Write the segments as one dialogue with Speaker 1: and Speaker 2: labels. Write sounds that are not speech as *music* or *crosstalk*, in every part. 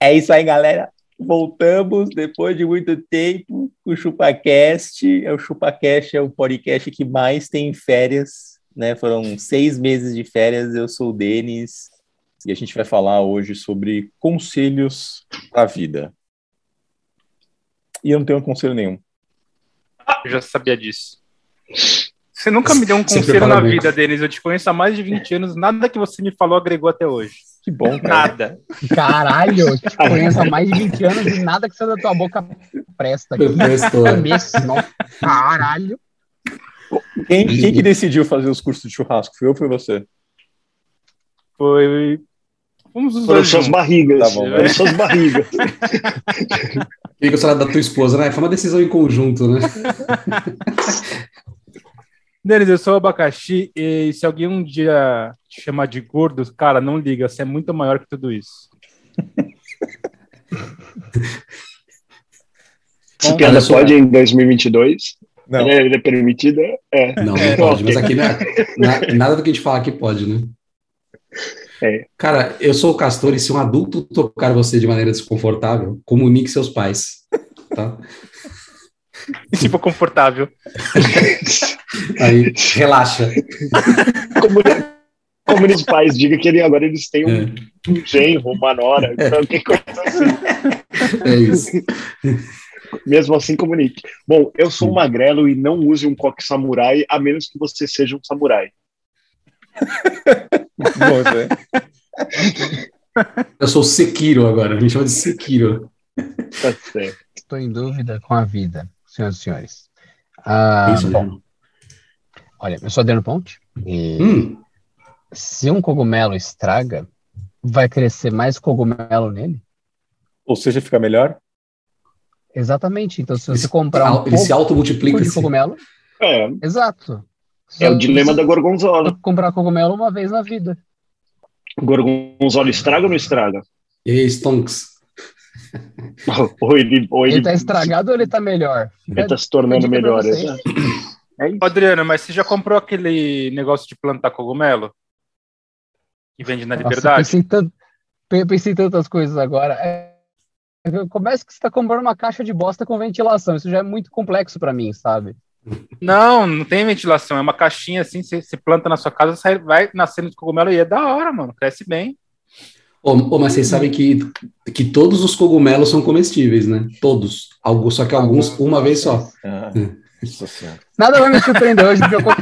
Speaker 1: É isso aí, galera. Voltamos depois de muito tempo com o ChupaCast. É o ChupaCast é o podcast que mais tem férias, né? Foram seis meses de férias. Eu sou o Denis e a gente vai falar hoje sobre conselhos para a vida. E eu não tenho conselho nenhum.
Speaker 2: Ah, já sabia disso. Você nunca me deu um conselho na vida, Denis. Eu te conheço há mais de 20 anos. Nada que você me falou agregou até hoje.
Speaker 1: Que bom, cara.
Speaker 2: Nada.
Speaker 3: Caralho, eu te conheço há mais de 20 anos e nada que saia da tua boca presta.
Speaker 4: é
Speaker 3: Que
Speaker 5: *laughs*
Speaker 3: começo, não. Caralho.
Speaker 1: Quem, quem que decidiu fazer os cursos de churrasco? Foi eu ou foi você?
Speaker 2: Foi. Vamos os
Speaker 5: Foram
Speaker 2: dois.
Speaker 5: suas
Speaker 2: juntos.
Speaker 5: barrigas.
Speaker 1: Tá bom,
Speaker 5: foram
Speaker 1: né?
Speaker 5: suas barrigas.
Speaker 4: Fica o salário da tua esposa, né? Foi uma decisão em conjunto, né?
Speaker 2: Denis, eu sou o abacaxi e se alguém um dia te chamar de gordo, cara, não liga. Você é muito maior que tudo isso.
Speaker 5: Essa piada
Speaker 4: Olha só.
Speaker 5: pode em 2022.
Speaker 1: Não.
Speaker 5: Ela, ela é permitida. *laughs* É.
Speaker 4: Não, não pode, mas aqui na- na- nada do que a gente fala aqui pode, né?
Speaker 5: É.
Speaker 4: Cara, eu sou o Castor e se um adulto tocar você de maneira desconfortável, comunique seus pais. Tá?
Speaker 2: E se for confortável.
Speaker 4: Aí, relaxa.
Speaker 5: Como, como os pais digam que ele, agora eles têm um,
Speaker 4: É,
Speaker 5: um genro, uma nora, qualquer coisa assim.
Speaker 4: é isso.
Speaker 5: Mesmo assim, comunique. Bom, eu sou um magrelo e não use um coque samurai, a menos que você seja um samurai.
Speaker 1: Bom, né?
Speaker 4: Eu sou o Sekiro agora, me chama de Sekiro.
Speaker 5: Tá certo.
Speaker 3: Estou em dúvida com a vida, senhoras e senhores. Ah,
Speaker 4: isso,
Speaker 3: bom,
Speaker 4: né?
Speaker 3: olha, eu sou Adriano Ponte e
Speaker 4: Hum,
Speaker 3: se um cogumelo estraga, vai crescer mais cogumelo nele?
Speaker 1: Ou seja, fica melhor?
Speaker 3: Exatamente. Então, se você
Speaker 4: Esse-
Speaker 3: comprar um
Speaker 4: ele se
Speaker 3: pouco
Speaker 4: automultiplica.
Speaker 3: de cogumelo,
Speaker 5: É,
Speaker 3: exato.
Speaker 5: é o dilema da gorgonzola.
Speaker 3: comprar cogumelo uma vez na vida.
Speaker 5: Gorgonzola estraga ou não estraga? *laughs*
Speaker 4: E aí, Stonks?
Speaker 5: Ou ele, ou ele,
Speaker 3: Ele tá estragado ou ele tá melhor?
Speaker 5: ele tá se tornando
Speaker 3: Fica a dica pra
Speaker 5: melhor.
Speaker 3: vocês.
Speaker 5: exato.
Speaker 2: Adriano, mas você já comprou aquele negócio de plantar cogumelo? Que vende na
Speaker 3: Nossa,
Speaker 2: liberdade?
Speaker 3: pensei, em tan- pe- pensei em tantas coisas agora. É, Começa que você está comprando uma caixa de bosta com ventilação. Isso já é muito complexo para mim, sabe?
Speaker 2: Não, não tem ventilação. É uma caixinha assim, você, você planta na sua casa, sai, vai nascendo de cogumelo e é da hora, mano. Cresce bem.
Speaker 4: Ô, ô, mas vocês sabem que, que todos os cogumelos são comestíveis, né? Todos. Alguns, só que alguns uma vez só.
Speaker 1: Ah, nossa senhora.
Speaker 3: Nada vai me surpreender hoje, porque eu...
Speaker 4: *laughs*
Speaker 3: co-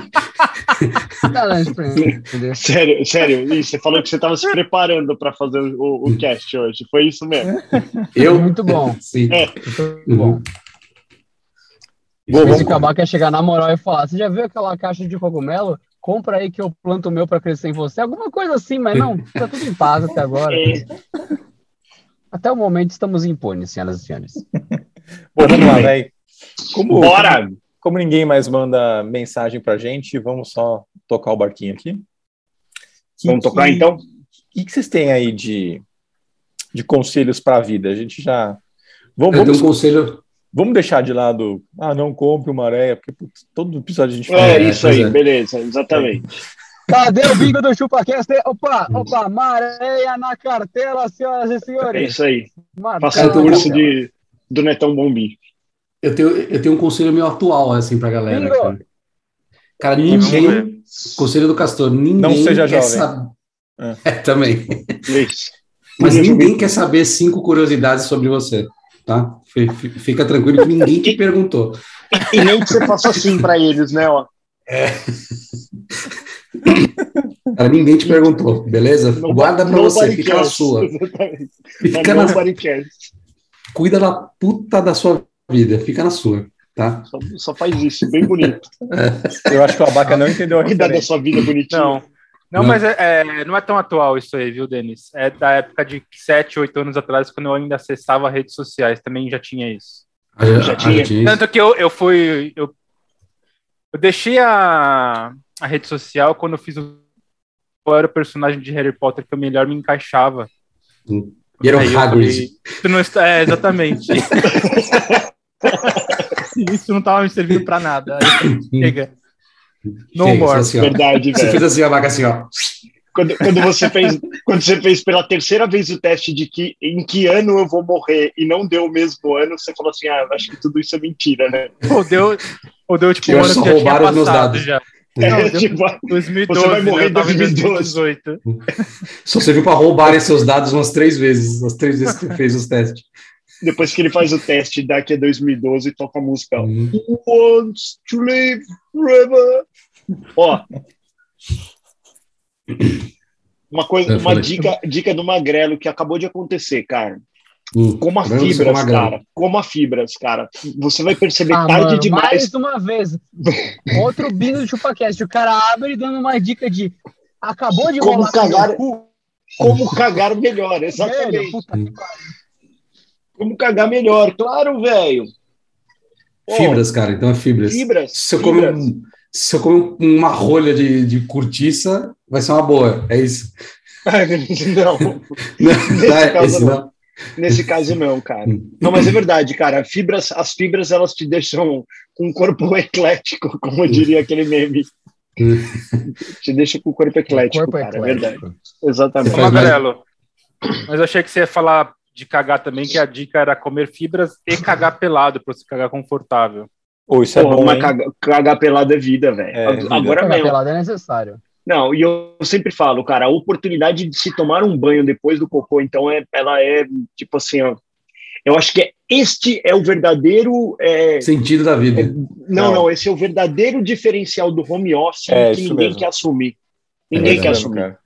Speaker 3: Nada vai me surpreender. entendeu?
Speaker 5: Sério, sério, Ih, você falou que você estava se preparando para fazer o, o cast hoje. Foi isso mesmo.
Speaker 4: Eu? Uhum.
Speaker 3: Muito bom.
Speaker 4: Sim.
Speaker 5: É.
Speaker 3: Muito Uhum. bom.
Speaker 5: Bom,
Speaker 3: Esse
Speaker 5: vamos-
Speaker 3: acabar quer chegar na moral e falar: Você já viu aquela caixa de cogumelo? Compra aí que eu planto o meu para crescer em você. Alguma coisa assim, mas não. Tá tudo em paz até agora. Até o momento estamos impunes, senhoras e senhores.
Speaker 1: Bom, vamos lá, velho. Como,
Speaker 5: Bora!
Speaker 1: Como ninguém mais manda mensagem pra gente, vamos só tocar o barquinho aqui. Que-
Speaker 5: Vamos tocar
Speaker 1: que-
Speaker 5: então?
Speaker 1: O que, que vocês têm aí de, de conselhos pra vida? A gente já. Vamos,
Speaker 4: Eu tenho um
Speaker 1: vamos,
Speaker 4: conselho
Speaker 1: vamos deixar de lado. Ah, não compre uma areia, porque putz, todo episódio a gente fala.
Speaker 5: É,
Speaker 4: É,
Speaker 5: isso
Speaker 4: pois
Speaker 5: aí,
Speaker 4: é.
Speaker 5: beleza, exatamente.
Speaker 3: Cadê o bingo do ChupaCast? Opa, opa, maréia na cartela, senhoras e
Speaker 5: É
Speaker 3: senhores.
Speaker 5: isso aí.
Speaker 3: Marcão
Speaker 5: Passando
Speaker 3: na
Speaker 5: o um curso
Speaker 3: cartela.
Speaker 5: de, do Netão Bombi.
Speaker 4: Eu tenho, eu tenho um conselho meio atual, assim, pra galera.
Speaker 3: Bingo!
Speaker 4: Cara, Cara,
Speaker 2: Vamos
Speaker 4: ninguém. Conselho do Castor, ninguém.
Speaker 1: Não seja jovem.
Speaker 4: quer sab-
Speaker 1: É.
Speaker 4: *laughs* É, também.
Speaker 5: Isso.
Speaker 4: Mas ninguém quer saber cinco curiosidades sobre você, tá? F- f- Fica tranquilo que ninguém te perguntou.
Speaker 5: E nem que você faça assim para eles, né? Ó.
Speaker 4: Cara, ninguém te
Speaker 5: *laughs*
Speaker 4: perguntou, beleza?
Speaker 5: Não-
Speaker 4: Guarda pra
Speaker 5: nobody
Speaker 4: você, fica na
Speaker 5: cares. *laughs*
Speaker 4: sua.
Speaker 5: Exatamente.
Speaker 4: Fica na,
Speaker 5: Nobody cares.
Speaker 4: cuida da puta da sua vida, fica na sua, tá?
Speaker 5: Só, só faz isso, bem bonito.
Speaker 1: Eu acho que o Abaca não entendeu a
Speaker 5: Cuida da
Speaker 1: referência.
Speaker 5: sua vida bonitinha.
Speaker 2: Não. Não,
Speaker 4: Não.
Speaker 2: mas é, é- não é tão atual isso aí, viu, Denis? É da época de 7, 8 anos atrás, quando eu ainda acessava redes sociais, também já tinha isso.
Speaker 4: Ah, Já,
Speaker 5: Já
Speaker 4: ah,
Speaker 5: tinha.
Speaker 4: já tinha isso.
Speaker 2: Tanto que eu, eu fui. Eu, eu deixei a, a rede social quando eu fiz o. Qual era o personagem de Harry Potter que eu melhor me encaixava?
Speaker 4: E era um o
Speaker 2: Aí eu
Speaker 4: Hagrid.
Speaker 2: falei, "Tu não está... É, exatamente. *laughs* Isso não tava me servindo pra nada. Aí eu falei, Chega. No
Speaker 4: Chega,
Speaker 2: more.
Speaker 4: assim, ó.
Speaker 5: Verdade,
Speaker 4: Você
Speaker 5: velho.
Speaker 4: fez assim, a vaca assim, ó.
Speaker 5: Quando, quando, você fez, quando você fez pela terceira vez o teste de que em que ano eu vou morrer e não deu o mesmo ano, você falou assim: ah, acho que tudo isso é mentira, né?
Speaker 2: Ou deu, ou deu tipo
Speaker 4: Eu
Speaker 2: um ano
Speaker 4: só
Speaker 2: que já tinha
Speaker 4: roubaram os meus
Speaker 2: passado
Speaker 4: dados.
Speaker 2: já.
Speaker 5: É, *laughs*
Speaker 2: Não, deu-
Speaker 5: tipo,
Speaker 2: 2012,
Speaker 5: Você vai morrer em
Speaker 2: né? Eu tava
Speaker 5: 2012.
Speaker 2: 2018.
Speaker 4: Só serviu para roubarem seus dados umas três vezes, as três vezes que fez os testes.
Speaker 5: depois que ele faz o teste, daqui a 2012 e toca a música.
Speaker 4: Hum.
Speaker 5: Who wants to live forever? Ó. Uma coisa,
Speaker 4: Eu
Speaker 5: uma
Speaker 4: falei.
Speaker 5: dica, dica do magrelo que acabou de acontecer, cara.
Speaker 4: Hum.
Speaker 5: Coma
Speaker 4: Tá vendo? Eu sou
Speaker 5: fibras,
Speaker 4: magrelo.
Speaker 5: cara. Coma fibras, cara. Você vai perceber
Speaker 3: Ah,
Speaker 5: tarde
Speaker 3: mano,
Speaker 5: demais.
Speaker 3: mais uma vez. Outro bino do ChupaCast. O cara abre dando uma dica de. Acabou de
Speaker 5: Como
Speaker 3: rolar no meu
Speaker 5: cagar-
Speaker 3: cu,
Speaker 5: Como cagar melhor,
Speaker 3: velho.
Speaker 5: exatamente.
Speaker 3: Puta que pariu.
Speaker 5: Como cagar melhor, claro, velho. Ó,
Speaker 4: Fibras, cara, então é fibras.
Speaker 5: Fibras.
Speaker 4: Se eu comer,
Speaker 5: *laughs* fibras.
Speaker 4: um- se eu comer um- uma rolha de, de cortiça, vai ser uma boa. É isso. *laughs*
Speaker 5: Não.
Speaker 4: Não, não é
Speaker 5: caso,
Speaker 4: esse,
Speaker 5: não.
Speaker 4: não.
Speaker 5: Nesse caso, não, cara. Não, mas é verdade, cara. Fibras, as fibras, elas te deixam com um corpo *laughs* eclético, como eu diria aquele meme. te deixa com o corpo eclético,
Speaker 3: Corpo é
Speaker 5: cara. É
Speaker 3: eclético.
Speaker 5: verdade.
Speaker 4: Você
Speaker 5: Exatamente.
Speaker 2: Ô,
Speaker 4: faz mais-
Speaker 2: Magrelo, mas eu achei que você ia falar de cagar também, que a dica era comer fibras e cagar pelado, pra você cagar confortável.
Speaker 6: Ou isso é
Speaker 5: Porra,
Speaker 6: bom,
Speaker 5: mas
Speaker 6: hein?
Speaker 5: caga- cagar pelado é vida, velho.
Speaker 6: É, vida.
Speaker 5: Agora
Speaker 3: Cagar
Speaker 5: mesmo.
Speaker 3: pelado é necessário.
Speaker 5: Não, e eu sempre falo, cara, a oportunidade de se tomar um banho depois do cocô, então é, ela é, tipo assim, ó. Eu acho que é, este é o verdadeiro. é,
Speaker 4: Sentido da vida.
Speaker 5: Não,
Speaker 6: Não.
Speaker 5: não, esse é o verdadeiro diferficial do home office
Speaker 6: É,
Speaker 5: que
Speaker 6: isso
Speaker 5: ninguém
Speaker 6: mesmo.
Speaker 5: quer assumir.
Speaker 1: Tá
Speaker 6: É
Speaker 5: Ninguém quer
Speaker 6: verdade,
Speaker 5: assumir.
Speaker 6: cara.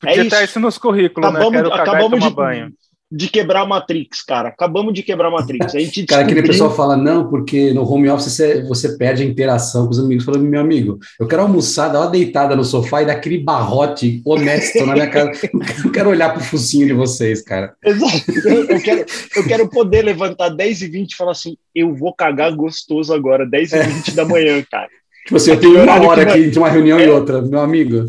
Speaker 2: Podia
Speaker 5: É
Speaker 2: estar
Speaker 5: isso.
Speaker 2: isso nos currículos,
Speaker 5: Acabamos
Speaker 2: né? Quero
Speaker 5: de-
Speaker 2: cagar e
Speaker 5: acabamos
Speaker 2: tomar
Speaker 5: de-
Speaker 2: banho.
Speaker 5: De quebrar a Matrix, cara. Acabamos de quebrar a Matrix. A gente
Speaker 4: Cara, aquele
Speaker 5: descobriu-
Speaker 4: pessoal fala, não, porque no home office você, você perde a interação com os amigos. Falando, meu amigo, eu quero almoçar, dar uma deitada no sofá e dar aquele barrote honesto na minha casa. Não quero olhar pro focinho de vocês, cara.
Speaker 5: Exato. Eu, eu quero, eu quero poder levantar 10 e 20 e falar assim: eu vou cagar gostoso agora, 10 e 20 da manhã, cara.
Speaker 4: Tipo assim, eu
Speaker 5: Aquele
Speaker 4: tenho uma
Speaker 5: horário
Speaker 4: hora
Speaker 5: que
Speaker 4: aqui entre uma reunião e
Speaker 5: É.
Speaker 4: outra, meu amigo.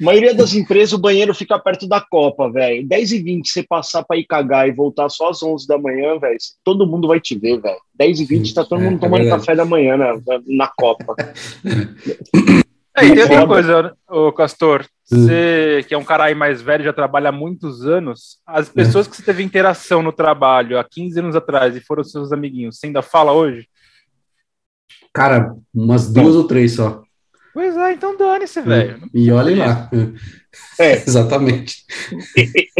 Speaker 5: A maioria das empresas, o banheiro fica perto da Copa, velho. 10 e 20 você passar pra ir cagar e voltar só às 11 da manhã, velho, todo mundo vai te ver, velho. 10 e 20 tá todo
Speaker 4: É,
Speaker 5: mundo
Speaker 4: é
Speaker 5: tomando
Speaker 4: verdade.
Speaker 5: café da manhã na, na, na Copa. *laughs*
Speaker 2: É, e tem outra
Speaker 5: Foda.
Speaker 2: coisa, ô Castor.
Speaker 5: Hum.
Speaker 2: Você, que é um cara aí mais velho, já trabalha há muitos anos.
Speaker 5: É.
Speaker 2: As pessoas que você teve interação no trabalho há 15 anos atrás e foram seus amiguinhos, você ainda fala hoje?
Speaker 4: Cara, umas duas ou três só.
Speaker 2: Pois é, então dane-se,
Speaker 5: Hum.
Speaker 2: velho.
Speaker 4: E olhem lá.
Speaker 5: É.
Speaker 4: *laughs* Exatamente.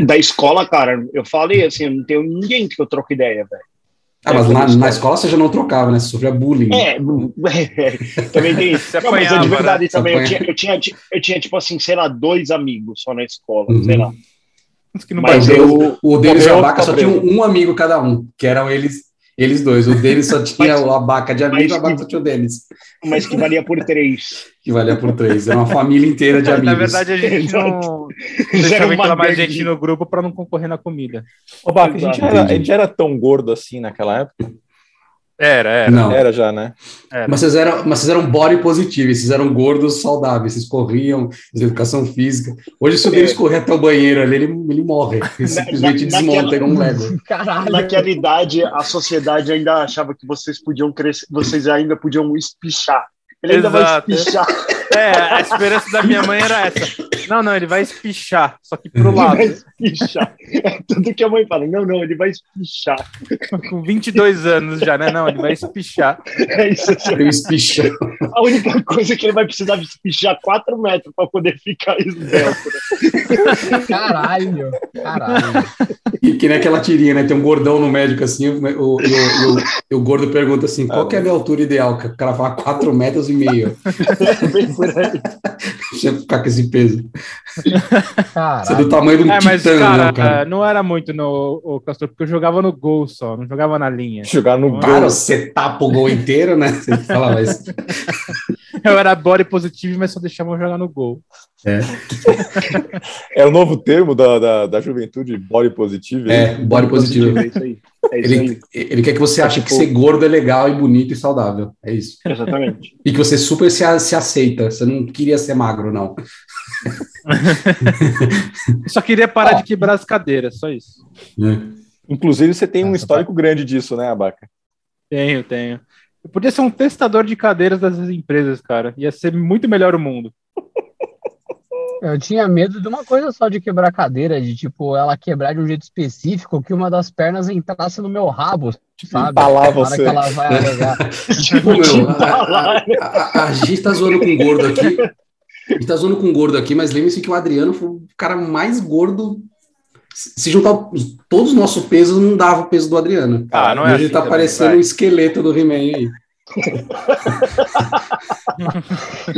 Speaker 5: Da escola, cara, eu falei assim: eu não tenho ninguém que eu troco ideia, velho.
Speaker 4: Ah, mas lá na escola você já não trocava, né? Você sofria bullying.
Speaker 5: É, *laughs* também tem isso.
Speaker 2: Você
Speaker 5: Não, mas é de
Speaker 2: apanhava,
Speaker 5: verdade
Speaker 4: né?
Speaker 5: também. Eu
Speaker 4: Apanha-
Speaker 5: tinha, eu, tinha, ti- eu tinha, tipo assim, sei lá, dois amigos só na escola,
Speaker 4: Uhum.
Speaker 5: sei lá.
Speaker 2: Uns que não
Speaker 5: Mas
Speaker 2: batem.
Speaker 5: eu.
Speaker 4: O Denis e o
Speaker 5: Gabriel
Speaker 4: Abaca só
Speaker 5: Gabriel.
Speaker 4: tinham um amigo cada um, que eram eles, eles dois. O Denis só tinha o Abaca de amigo,
Speaker 5: mas-
Speaker 4: o Abaca só tinha o Denis,
Speaker 5: Mas que valia por três.
Speaker 4: que valia por três. Era uma família inteira
Speaker 5: *laughs*
Speaker 4: de amigos.
Speaker 2: Na verdade, a gente não
Speaker 5: Era
Speaker 2: deixava
Speaker 5: Então, é uma
Speaker 2: entrar mais
Speaker 5: gangue.
Speaker 2: gente no grupo pra não concorrer na comida.
Speaker 6: Ô, Baco, a gente,
Speaker 5: Exato.
Speaker 6: era, a gente era tão gordo assim naquela época?
Speaker 2: Era, era.
Speaker 4: Não.
Speaker 6: Era já, né?
Speaker 2: era.
Speaker 4: Mas vocês, eram, mas vocês eram body positivos, vocês eram gordos saudáveis, vocês corriam, vocês tinham educação física. Hoje, se o Denis correr até o banheiro ali, ele, ele morre. Ele simplesmente
Speaker 5: É. na-
Speaker 4: desmonta igual um
Speaker 5: é, né?
Speaker 4: Lego.
Speaker 3: Caralho.
Speaker 5: Naquela idade, a sociedade ainda achava que vocês podiam crescer, vocês ainda podiam espichar. Ele ainda
Speaker 2: Exato.
Speaker 5: vai espichar. *laughs*
Speaker 2: É, a esperança da minha mãe era essa. Não, não, ele vai espichar, só que pro
Speaker 5: Ele
Speaker 2: lado.
Speaker 5: vai espichar. É tudo que a mãe fala. Não, não, ele vai espichar.
Speaker 2: Com 22 anos já, né? Não, ele vai espichar.
Speaker 5: É isso. assim.
Speaker 4: Eu um espicho.
Speaker 5: A única coisa é que ele vai precisar espichar 4 metros para poder ficar esbelto.
Speaker 3: Caralho. Caralho.
Speaker 4: E que nem aquela tirinha, né? Tem um gordão no médico assim, o, o, o, o- e o gordo pergunta assim:
Speaker 5: Ah,
Speaker 4: qual que é a minha altura ideal? O cara fala 4 metros e meio.
Speaker 5: É bem por aí.
Speaker 4: Você ficar com esse peso. Você é
Speaker 3: Caralho.
Speaker 4: do tamanho de um
Speaker 2: É, mas,
Speaker 4: titã,
Speaker 2: cara, é,
Speaker 4: né, cara?
Speaker 2: não era muito no o Castor, porque eu jogava no gol só, não jogava na linha.
Speaker 6: Jogar
Speaker 2: é,
Speaker 6: no
Speaker 4: Claro,
Speaker 6: gol.
Speaker 4: você tapa o gol inteiro, né? Você fala, mas.
Speaker 2: Eu era body positivo, mas só deixavam eu jogar no gol.
Speaker 6: É o novo termo da, da, da juventude body positive. hein?
Speaker 4: É, body positivo.
Speaker 5: É isso aí. É isso aí.
Speaker 4: Ele, ele quer que você ache que
Speaker 5: Tipo-
Speaker 4: ser gordo é legal e bonito e saudável. É isso.
Speaker 5: Exatamente.
Speaker 4: E que você super se, a- se aceita. Você não queria ser magro, não.
Speaker 2: Eu só queria parar
Speaker 3: Ó.
Speaker 2: de quebrar as cadeiras, só isso.
Speaker 6: Inclusive, você tem um
Speaker 4: Nossa,
Speaker 6: histórico grande disso, né, Abaca?
Speaker 2: Tenho, tenho. Eu podia ser um testador de cadeiras dessas empresas, cara. Ia ser muito melhor o mundo.
Speaker 3: Eu tinha medo de uma coisa só de quebrar a cadeira, de tipo, ela quebrar de um jeito específico, que uma das pernas entrasse no meu rabo, sabe?
Speaker 6: Tipo, empalar
Speaker 3: Na hora
Speaker 6: você.
Speaker 3: que
Speaker 6: *laughs*
Speaker 3: ela vai arregar.
Speaker 5: Tipo,
Speaker 4: Pô, meu,
Speaker 5: tá
Speaker 4: a, a- a- a gente tá zoando com gordo aqui. A gente tá zoando com gordo aqui, mas lembre-se que o Adriano foi o cara mais gordo. Se se juntar os- todos os nossos pesos, não dava o peso do Adriano.
Speaker 2: Ah, não
Speaker 4: E
Speaker 2: é
Speaker 4: ele
Speaker 2: assim
Speaker 4: tá
Speaker 2: também,
Speaker 4: parecendo
Speaker 2: vai.
Speaker 4: um esqueleto do He-Man aí.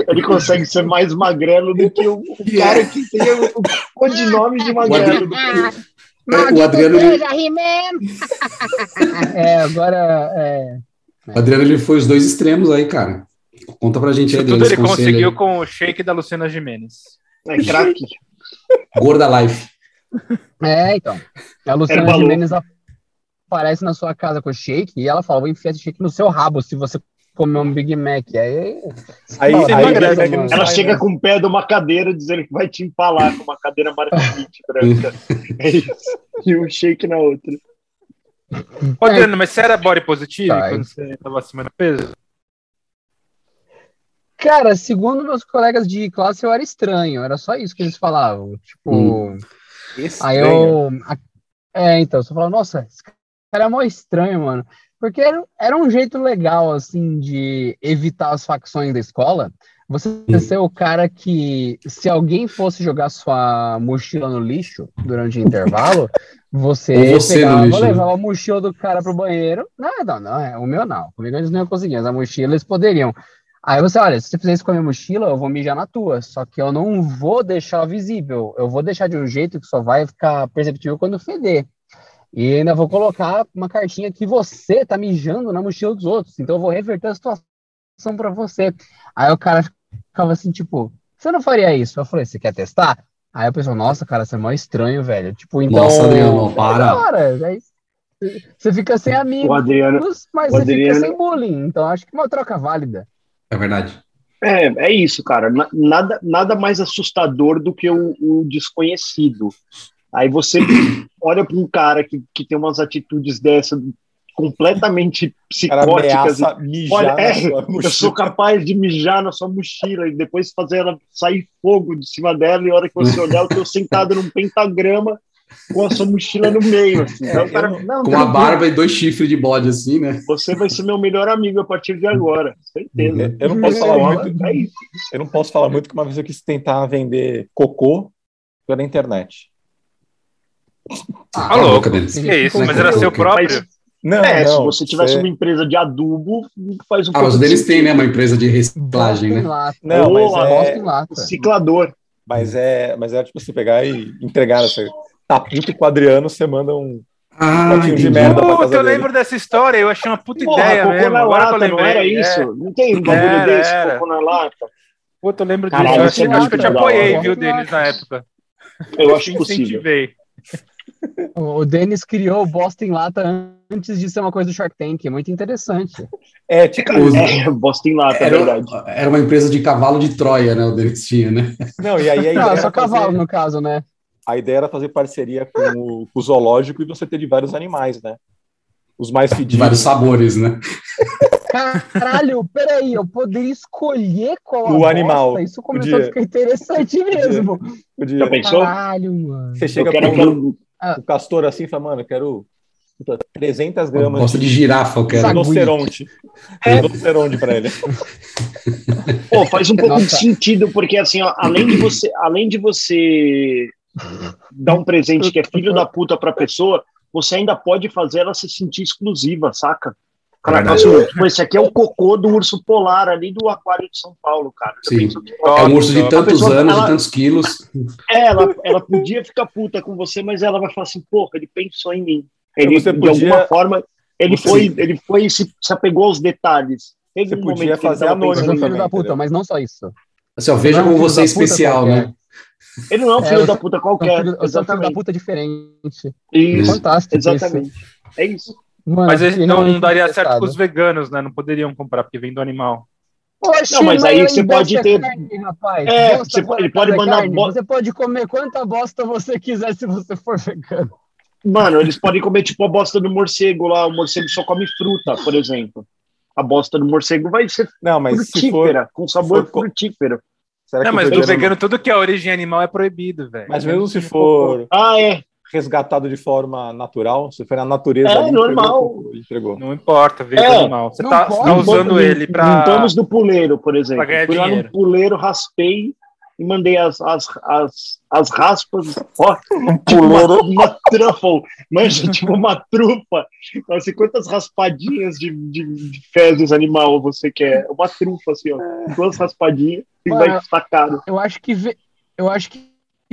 Speaker 5: Ele consegue ser mais magrelo do que o, o cara que tem o, o codinome de magrelo.
Speaker 4: É, o, Adriano, ele,
Speaker 3: É, agora. É...
Speaker 4: o Adriano ele foi os dois extremos aí, cara. Conta pra gente
Speaker 2: Isso
Speaker 4: aí, Adriano,
Speaker 2: tudo
Speaker 4: esse
Speaker 2: ele conseguiu
Speaker 4: conselho. aí.
Speaker 2: com o shake da Luciana Jimenez.
Speaker 5: É craque.
Speaker 4: Gorda Life.
Speaker 3: é, então. A Luciana
Speaker 5: Herbalu.
Speaker 3: Jimenez aparece na sua casa com o shake e ela fala: vou enfiar esse shake no seu rabo se você comer um Big Mac. Aí.
Speaker 6: Aí-
Speaker 3: Fala,
Speaker 6: aí-
Speaker 3: beleza,
Speaker 6: aí-
Speaker 3: mano.
Speaker 5: Ela
Speaker 6: Vai,
Speaker 5: chega
Speaker 6: né?
Speaker 5: com o pé de uma cadeira dizendo que vai te empalar com uma
Speaker 6: *laughs*
Speaker 5: cadeira marcante branca. É isso. E um shake na outra.
Speaker 2: Ô, Adriano, mas você era body positivo
Speaker 3: Tá.
Speaker 2: quando você tava acima do peso?
Speaker 3: Cara, segundo meus colegas de classe, eu era estranho. Era só isso que eles falavam. Tipo.
Speaker 4: Hum.
Speaker 3: Aí eu. a- É, então, você fala, nossa, esse cara é mó estranho, mano. Porque era, era um jeito legal, assim, de evitar as facções da escola. Você
Speaker 4: Hum.
Speaker 3: ser o cara que, se alguém fosse jogar sua mochila no lixo durante o
Speaker 4: *laughs*
Speaker 3: intervalo, você,
Speaker 4: Ou você no
Speaker 3: pegava,
Speaker 4: lixo, né?
Speaker 3: levava a mochila do cara pro banheiro. Não, não, não, é, o meu não. Comigo eles não iam conseguir, mas a mochila eles poderiam. Aí você, olha, se você fizer isso com a minha mochila, eu vou mijar na tua. Só que eu não vou deixar visível. Eu vou deixar de um jeito que só vai ficar perceptível quando feder. E ainda vou colocar uma cartinha que você tá mijando na mochila dos outros. Então eu vou reverter a situação pra você. Aí o cara ficava assim, tipo, você não faria isso? Eu falei, você quer testar? Aí o pessoal, nossa, cara, você é mó estranho, velho. Tipo, então.
Speaker 4: Nossa, Adriano, para.
Speaker 3: Cara, aí você fica sem
Speaker 5: O
Speaker 3: amigos,
Speaker 5: Adriano.
Speaker 3: mas
Speaker 5: o
Speaker 3: você fica
Speaker 5: Adriano-
Speaker 3: sem bullying. Então acho que é uma troca válida.
Speaker 4: É verdade.
Speaker 5: É, é isso, cara. Na- Nada, nada mais assustador do que o, o desconhecido.
Speaker 6: *coughs*
Speaker 5: Aí você olha para um cara que, que tem umas atitudes dessa completamente
Speaker 6: O cara
Speaker 5: psicóticas.
Speaker 6: ameaça mijar
Speaker 5: Olha,
Speaker 6: na
Speaker 5: é,
Speaker 6: sua
Speaker 5: Eu sou
Speaker 6: mochila.
Speaker 5: capaz de mijar na sua mochila e depois fazer ela sair fogo de cima dela, e a hora que você olhar, eu tô sentado num pentagrama com a sua mochila no meio. Assim. Então, o cara, não,
Speaker 4: Com uma
Speaker 5: tranquilo,
Speaker 4: barba e dois chifres de bode, assim, né?
Speaker 5: Você vai ser meu melhor amigo a partir de agora. Certeza.
Speaker 6: Eu não posso falar muito.
Speaker 5: É isso.
Speaker 6: Eu não posso falar muito que uma vez eu quis tentar vender cocô pela internet.
Speaker 4: Ah,
Speaker 2: Tá louco.
Speaker 4: dele.
Speaker 3: Sim.
Speaker 2: Que isso,
Speaker 4: Mas
Speaker 2: mas era
Speaker 4: como
Speaker 2: seu
Speaker 4: que-
Speaker 2: próprio?
Speaker 6: Não,
Speaker 5: É, se
Speaker 6: não, tipo,
Speaker 5: você tivesse uma empresa de adubo, faz um
Speaker 4: Ah, mas o
Speaker 5: de
Speaker 4: deles tem, né? Uma empresa de
Speaker 3: Bosta
Speaker 4: reciclagem,
Speaker 3: em
Speaker 4: né?
Speaker 3: lata.
Speaker 6: Não, mas
Speaker 5: Boa,
Speaker 6: é-
Speaker 3: Bosta em lata.
Speaker 5: ciclador.
Speaker 6: Mas é, mas é tipo você pegar e entregar. Você tá puto com o Adriano, você manda um.
Speaker 4: Ah,
Speaker 6: Potinho de
Speaker 4: entendi.
Speaker 6: merda. pra casa
Speaker 2: Puta, eu
Speaker 6: dele.
Speaker 2: lembro dessa história, eu achei uma puta
Speaker 5: Porra,
Speaker 2: ideia
Speaker 5: cocô
Speaker 2: mesmo.
Speaker 5: na
Speaker 2: Agora que eu
Speaker 5: lata, não
Speaker 2: lembrei.
Speaker 5: era
Speaker 2: é.
Speaker 5: isso? Não tem um bagulho
Speaker 2: Era,
Speaker 5: desse,
Speaker 2: era.
Speaker 5: cocô na lata.
Speaker 2: Puta, eu lembro disso.
Speaker 5: Caralho,
Speaker 2: Eu acho,
Speaker 5: você
Speaker 2: acho que eu te
Speaker 5: gosta da
Speaker 2: apoiei,
Speaker 5: hora.
Speaker 2: viu, Denis, na época.
Speaker 5: Eu acho
Speaker 2: Te
Speaker 5: impossível.
Speaker 2: Incentivei.
Speaker 3: O o Denis criou o Bosta em lata antes de ser uma coisa do Shark Tank. é Muito interessante.
Speaker 6: É, tipo,
Speaker 4: Os-
Speaker 5: É, bosta em lata, é
Speaker 4: Era, um
Speaker 5: verdade.
Speaker 4: era uma empresa de cavalo de Troia, né? O deles tinha, né?
Speaker 6: não, e aí a
Speaker 1: É,
Speaker 6: ideia,
Speaker 3: *laughs* Não,
Speaker 6: era
Speaker 3: só
Speaker 6: fazer-
Speaker 3: cavalo, no caso, né?
Speaker 6: a ideia era fazer parceria com o, com o zoológico e você ter de vários animais, né? Os mais
Speaker 4: De
Speaker 6: fedidos.
Speaker 4: vários sabores, né?
Speaker 3: Caralho, peraí, eu poderia escolher qual a
Speaker 6: O
Speaker 3: bosta?
Speaker 6: animal,
Speaker 3: Isso começou
Speaker 6: podia.
Speaker 3: a ficar interessante mesmo.
Speaker 6: Tipo De-
Speaker 5: Já pensou?
Speaker 3: Caralho, mano.
Speaker 6: Você chega
Speaker 5: Eu quero um
Speaker 6: pro
Speaker 5: aquela-
Speaker 6: o castor assim e fala, mano, eu quero puta, 300 gramas
Speaker 4: Gosta de
Speaker 6: de
Speaker 4: girafa, eu quero. um
Speaker 3: Sabe-
Speaker 6: rinoceronte. Rinoceronte pra ele.
Speaker 5: Pô, faz um pouco de
Speaker 3: Nossa.
Speaker 5: sentido, porque assim, ó, além de você, além de você dar um presente que é filho da puta pra pessoa, você ainda pode fazer ela se sentir exclusiva, saca? Cara,
Speaker 4: Verdade.
Speaker 5: nossa, pô, esse aqui é o cocô do urso polar ali do aquário de São Paulo, cara. Já
Speaker 4: Sim.
Speaker 5: pensou que
Speaker 4: É um urso de
Speaker 2: Top,
Speaker 4: tantos
Speaker 5: pessoa-
Speaker 4: anos, de
Speaker 5: ela-
Speaker 4: tantos quilos.
Speaker 5: É, ela, ela podia ficar puta com você, mas ela vai falar assim, porra, ele pensou em mim. Ele,
Speaker 6: Então Você
Speaker 5: De
Speaker 6: podia-
Speaker 5: alguma forma, ele
Speaker 6: Você-
Speaker 5: foi, ele foi e se, se apegou aos detalhes. Teve
Speaker 6: Você
Speaker 5: um
Speaker 6: podia
Speaker 5: momento que ele
Speaker 6: fazer
Speaker 5: tava
Speaker 6: anônimo
Speaker 3: Mas
Speaker 5: pensando
Speaker 3: é um
Speaker 5: em-
Speaker 3: filho
Speaker 6: também,
Speaker 3: da puta,
Speaker 6: entendeu?
Speaker 3: mas não só isso.
Speaker 4: Assim, ó, veja
Speaker 3: Não é um
Speaker 4: como
Speaker 3: filho
Speaker 4: você é
Speaker 3: da puta
Speaker 4: especial,
Speaker 3: qualquer.
Speaker 4: né?
Speaker 5: Ele não é um
Speaker 3: É,
Speaker 5: filho
Speaker 3: eu
Speaker 5: da
Speaker 3: sou-
Speaker 5: puta
Speaker 3: É um
Speaker 5: qualquer.
Speaker 3: filho- Eu sou um filho da
Speaker 5: exatamente.
Speaker 3: puta diferente.
Speaker 5: Isso,
Speaker 3: Fantástico. isso.
Speaker 5: exatamente. É isso.
Speaker 3: Mano,
Speaker 2: Mas
Speaker 3: fiquei
Speaker 2: esse não
Speaker 5: é
Speaker 3: realmente
Speaker 2: daria certo
Speaker 3: interessado.
Speaker 2: com os veganos, né? Não poderiam comprar, porque vem do animal.
Speaker 3: Oxe,
Speaker 5: Não, mas aí
Speaker 3: mãe,
Speaker 5: você
Speaker 3: eu
Speaker 5: pode
Speaker 3: embeço a
Speaker 5: ter-
Speaker 3: carne, rapaz.
Speaker 5: É,
Speaker 3: Bosta
Speaker 5: você
Speaker 3: fora
Speaker 5: pode-
Speaker 3: da
Speaker 5: pode mandar
Speaker 3: carne.
Speaker 5: bo-
Speaker 3: Você pode comer quanta bosta você quiser se você for vegano.
Speaker 5: Mano, eles podem comer tipo a bosta do morcego lá. O morcego só come fruta, por exemplo. A bosta do morcego vai ser
Speaker 6: Não, mas se for,
Speaker 5: frutífera, com sabor
Speaker 6: for co-
Speaker 5: frutífero.
Speaker 1: Será que
Speaker 2: Não,
Speaker 1: É, o
Speaker 2: mas do
Speaker 1: vegano-
Speaker 2: vegano tudo que é origem animal é proibido, velho.
Speaker 1: Mas mesmo se for
Speaker 5: Ah, é.
Speaker 1: resgatado de forma natural, se for na natureza.
Speaker 5: É,
Speaker 1: ali, entregou
Speaker 5: normal.
Speaker 1: tudo, Ele entregou.
Speaker 2: Não importa, veio
Speaker 5: É,
Speaker 2: animal. Você
Speaker 3: não
Speaker 2: tá,
Speaker 3: pode.
Speaker 2: tá usando
Speaker 5: Limpamos-
Speaker 2: ele pra.
Speaker 5: Limpamos do puleiro, por exemplo.
Speaker 2: pra ganhar
Speaker 5: Fui lá
Speaker 2: dinheiro.
Speaker 5: no puleiro, raspei e mandei as, as, as, as raspas fora. *laughs* Tipo uma, uma truffle. Manja, tipo uma trufa. Assim, quantas raspadinhas de, de, de fezes animal você quer? Uma trufa, assim, ó. Duas raspadinhas e
Speaker 3: Ué.
Speaker 5: vai ficar caro.
Speaker 3: Eu acho que ve- eu acho que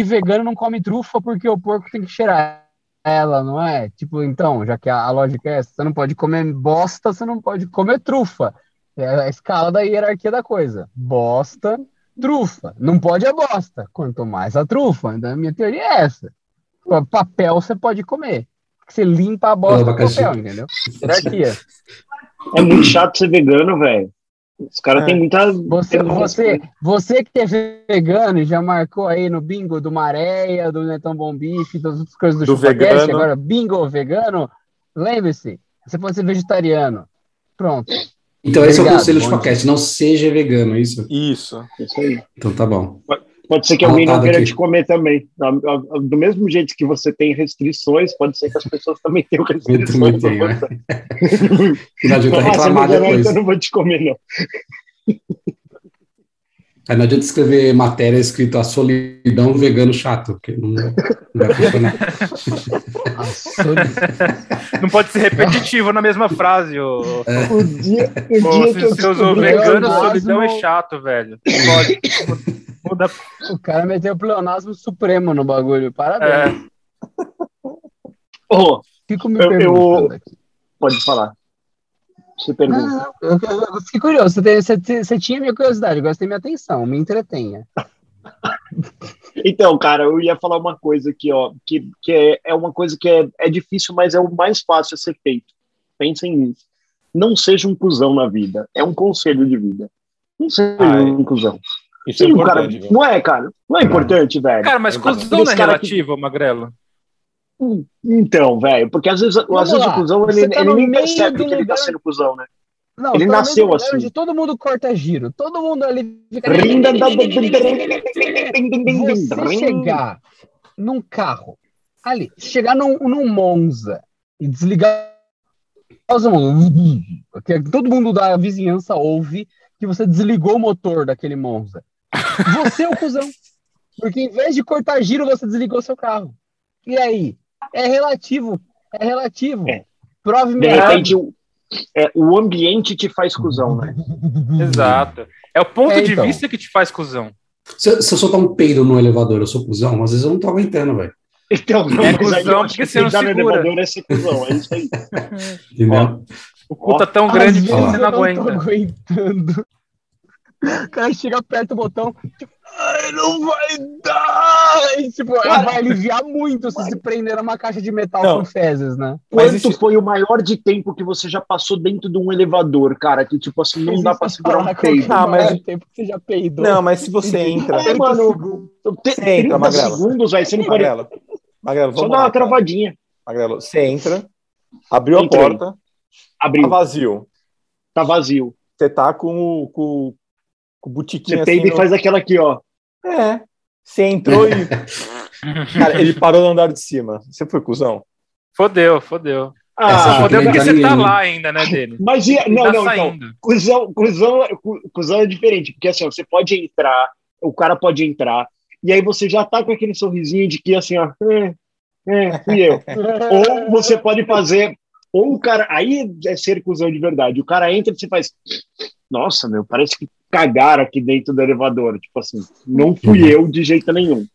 Speaker 3: vegano não come trufa porque o porco tem que cheirar ela, não é? Tipo, então, já que a, a lógica é essa, você não pode comer bosta, você não pode comer trufa. É a escala da hierarquia da coisa. Bosta, trufa. Não pode a bosta, quanto mais a trufa. Então, a minha teoria é essa. Pa- Papel você pode comer. Porque você limpa a bosta do
Speaker 4: abacaxi.
Speaker 3: papel, entendeu? Hierarquia.
Speaker 5: É muito chato ser vegano, velho. Os caras
Speaker 1: É.
Speaker 5: têm muita. né?
Speaker 3: Você,
Speaker 5: tem muita-
Speaker 3: você, você que é vegano e já marcou aí no bingo do Maréia, do Netão Bom Bife, das outras coisas do,
Speaker 1: Do
Speaker 3: ChupaCast,
Speaker 1: vegano.
Speaker 3: agora bingo vegano, lembre-se, você pode ser vegetariano. Pronto.
Speaker 4: Então, esse é o
Speaker 3: Obrigado,
Speaker 4: conselho do
Speaker 3: bom
Speaker 4: podcast. Não seja vegano, é isso?
Speaker 1: Isso.
Speaker 5: Isso aí.
Speaker 4: Então tá bom.
Speaker 5: Pode ser que alguém não
Speaker 4: Anotado
Speaker 5: queira
Speaker 4: aqui.
Speaker 5: te comer também. A- a- a- Do mesmo jeito que você tem restrições, pode ser que as pessoas também tenham
Speaker 4: Eu *laughs*
Speaker 5: restrições.
Speaker 4: também tenho, né? Não
Speaker 5: *laughs*
Speaker 4: adianta
Speaker 5: Ah, você
Speaker 4: reclamar
Speaker 5: não ganhou,
Speaker 4: depois.
Speaker 5: então não vou te comer, não.
Speaker 4: Aí não adianta escrever matéria escrito a solidão vegano chato, porque não, não vai funcionar.
Speaker 3: A soli-
Speaker 5: *laughs*
Speaker 2: Não pode ser repetitivo na mesma frase, ô.
Speaker 5: O dia, o
Speaker 2: Pô,
Speaker 5: dia que
Speaker 2: se
Speaker 5: eu
Speaker 2: você usou
Speaker 5: descobri- um
Speaker 2: vegano,
Speaker 3: pleonasmo-
Speaker 2: solidão é chato, velho. Pode. Muda.
Speaker 3: o cara meteu o pleonasmo supremo no bagulho.
Speaker 2: É,
Speaker 3: Parabéns.
Speaker 5: Ô,
Speaker 3: Fico me
Speaker 5: Eu- eu-
Speaker 3: perguntando aqui.
Speaker 5: pode falar. Você
Speaker 3: Não,
Speaker 5: pergunta.
Speaker 3: não, não. Eu, eu- eu fiquei curioso. Você, tem- você- você tinha minha curiosidade, agora você tem minha atenção. Me entretenha.
Speaker 5: Então, cara, eu ia falar uma coisa aqui, ó, que, que é, é uma coisa que é, é difícil, mas é o mais fácil a ser feito. Pensem nisso. Não seja um cuzão na vida. É um conselho de vida. Não seja
Speaker 1: Ai.
Speaker 5: um cuzão.
Speaker 1: Ah, Isso é
Speaker 5: Sim, o cara,
Speaker 1: importante. velho.
Speaker 5: não é, cara? Não é importante, velho.
Speaker 2: Cara, mas
Speaker 1: É
Speaker 2: cuzão
Speaker 5: verdade.
Speaker 2: não é
Speaker 5: Esse cara que-
Speaker 2: relativo, Magrelo.
Speaker 5: Então, velho, porque às vezes,
Speaker 3: Vamos
Speaker 5: às vezes
Speaker 3: lá,
Speaker 5: o cuzão
Speaker 3: você
Speaker 5: ele,
Speaker 3: tá
Speaker 5: ele
Speaker 3: no
Speaker 5: nem
Speaker 3: meio
Speaker 5: percebe
Speaker 3: do
Speaker 5: que ele tá
Speaker 3: lugar-
Speaker 5: sendo cuzão, né?
Speaker 3: Não,
Speaker 5: Ele
Speaker 3: pelo menos
Speaker 5: nasceu
Speaker 3: no lugar
Speaker 5: assim.
Speaker 3: onde Todo mundo corta giro. Todo mundo ali fica.
Speaker 5: Rinda da-
Speaker 3: Você chegar num carro, ali, chegar num, num Monza e desligar os que todo mundo da vizinhança ouve que você desligou o motor daquele Monza. Você é o cuzão. Porque em vez de cortar giro, você desligou seu carro. E aí? É relativo. É relativo.
Speaker 5: É.
Speaker 3: Prove-me
Speaker 5: De
Speaker 3: errado.
Speaker 5: repente, o, é, o ambiente te faz cuzão, né?
Speaker 2: Exato. É o ponto
Speaker 3: É,
Speaker 2: de
Speaker 3: então.
Speaker 2: vista que te faz cuzão.
Speaker 4: Se, eu- se eu soltar um peido no elevador, eu sou cuzão, às vezes eu não tô aguentando, velho.
Speaker 5: Então, não,
Speaker 2: É
Speaker 5: mas aí
Speaker 2: cuzão
Speaker 5: eu acho
Speaker 2: porque
Speaker 5: que
Speaker 2: você não
Speaker 5: peidar no
Speaker 2: segura.
Speaker 5: elevador é ser cuzão, é isso aí.
Speaker 4: Entendeu?
Speaker 2: O cu tá tão
Speaker 3: Às
Speaker 2: grande que
Speaker 3: vezes
Speaker 2: você
Speaker 3: eu
Speaker 2: não
Speaker 3: tô
Speaker 2: aguenta.
Speaker 3: aguentando. O cara chega perto do botão, tipo, ai, não vai dar! E, tipo,
Speaker 5: Cara,
Speaker 3: vai aliviar muito se se prender numa caixa de metal
Speaker 1: Não.
Speaker 3: com fezes, né?
Speaker 1: Mas
Speaker 5: Quanto
Speaker 1: isso-
Speaker 5: foi o maior de tempo que você já passou dentro de um elevador, cara? Que tipo assim, não dá pra segurar um
Speaker 3: Falar com
Speaker 5: peido.
Speaker 3: alguém
Speaker 1: Ah, mas-
Speaker 3: ao mesmo tempo que você já peidou. *laughs*
Speaker 1: Não, mas se você entra.
Speaker 5: É, mano, te-
Speaker 1: Você entra,
Speaker 5: 30
Speaker 1: Magrela.
Speaker 5: segundos, velho, você não pode.
Speaker 1: Magrelo, Magrelo,
Speaker 5: Só
Speaker 1: vamos
Speaker 5: dá
Speaker 1: lá.
Speaker 5: uma
Speaker 1: cara.
Speaker 5: travadinha.
Speaker 1: Magrelo, você entra, abriu a
Speaker 5: Entrei.
Speaker 1: porta, tá
Speaker 5: Abriu,
Speaker 1: vazio.
Speaker 5: tá vazio.
Speaker 1: Você tá com o, com, o- com o botiquinho
Speaker 5: Você
Speaker 1: assim.
Speaker 5: peida e
Speaker 1: no-
Speaker 5: faz aquela aqui, ó.
Speaker 1: É. Você entrou
Speaker 5: *laughs*
Speaker 1: e. Cara, ele parou no andar de cima. Você foi cuzão?
Speaker 2: Fodeu, fodeu.
Speaker 4: Essa
Speaker 5: Ah,
Speaker 4: foi-
Speaker 2: Fodeu
Speaker 4: nem
Speaker 2: porque
Speaker 4: tá
Speaker 2: você tá
Speaker 4: ninguém.
Speaker 2: lá ainda, né, dele?
Speaker 5: mas e, *laughs* não,
Speaker 2: tá
Speaker 5: não, então.
Speaker 2: saindo.
Speaker 5: Cusão, cusão, cu- cuzão é diferente, porque assim, ó, você pode entrar, o cara pode entrar, e aí você já tá com aquele sorrisinho de que assim, ó, é, é, fui
Speaker 2: *laughs*
Speaker 5: eu. ou você pode fazer, ou o cara, aí é ser cuzão de verdade, o cara entra e você faz, nossa, meu, parece que cagaram aqui dentro do elevador, tipo assim, não fui eu de jeito nenhum.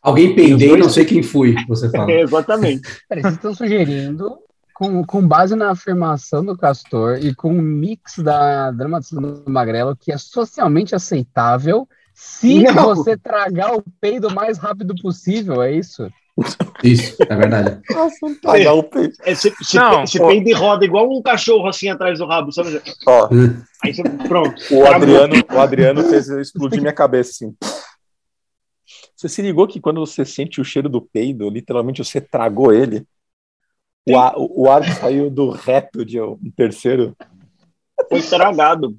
Speaker 4: Alguém peidei, não sei quem fui, você fala.
Speaker 5: *laughs* É, exatamente.
Speaker 3: Peraí, vocês estão sugerindo, com, com base na afirmação do Castor e com o mix da dramatização do Magrelo, que é socialmente aceitável se
Speaker 5: Não.
Speaker 3: você tragar o peido o mais rápido possível, é isso?
Speaker 4: Isso, é verdade.
Speaker 1: Pagar o peito.
Speaker 5: É, Você você
Speaker 2: Não,
Speaker 5: pe- você
Speaker 2: pô.
Speaker 5: peida e roda igual um cachorro assim atrás do rabo, sabe?
Speaker 1: Ó,
Speaker 5: Aí você, pronto.
Speaker 1: o Adriano, o Adriano fez eu explodir minha cabeça assim. Você se ligou que quando você sente o cheiro do peido, literalmente você tragou ele? O, ar- o ar saiu do reto de um terceiro.
Speaker 5: Foi estragado.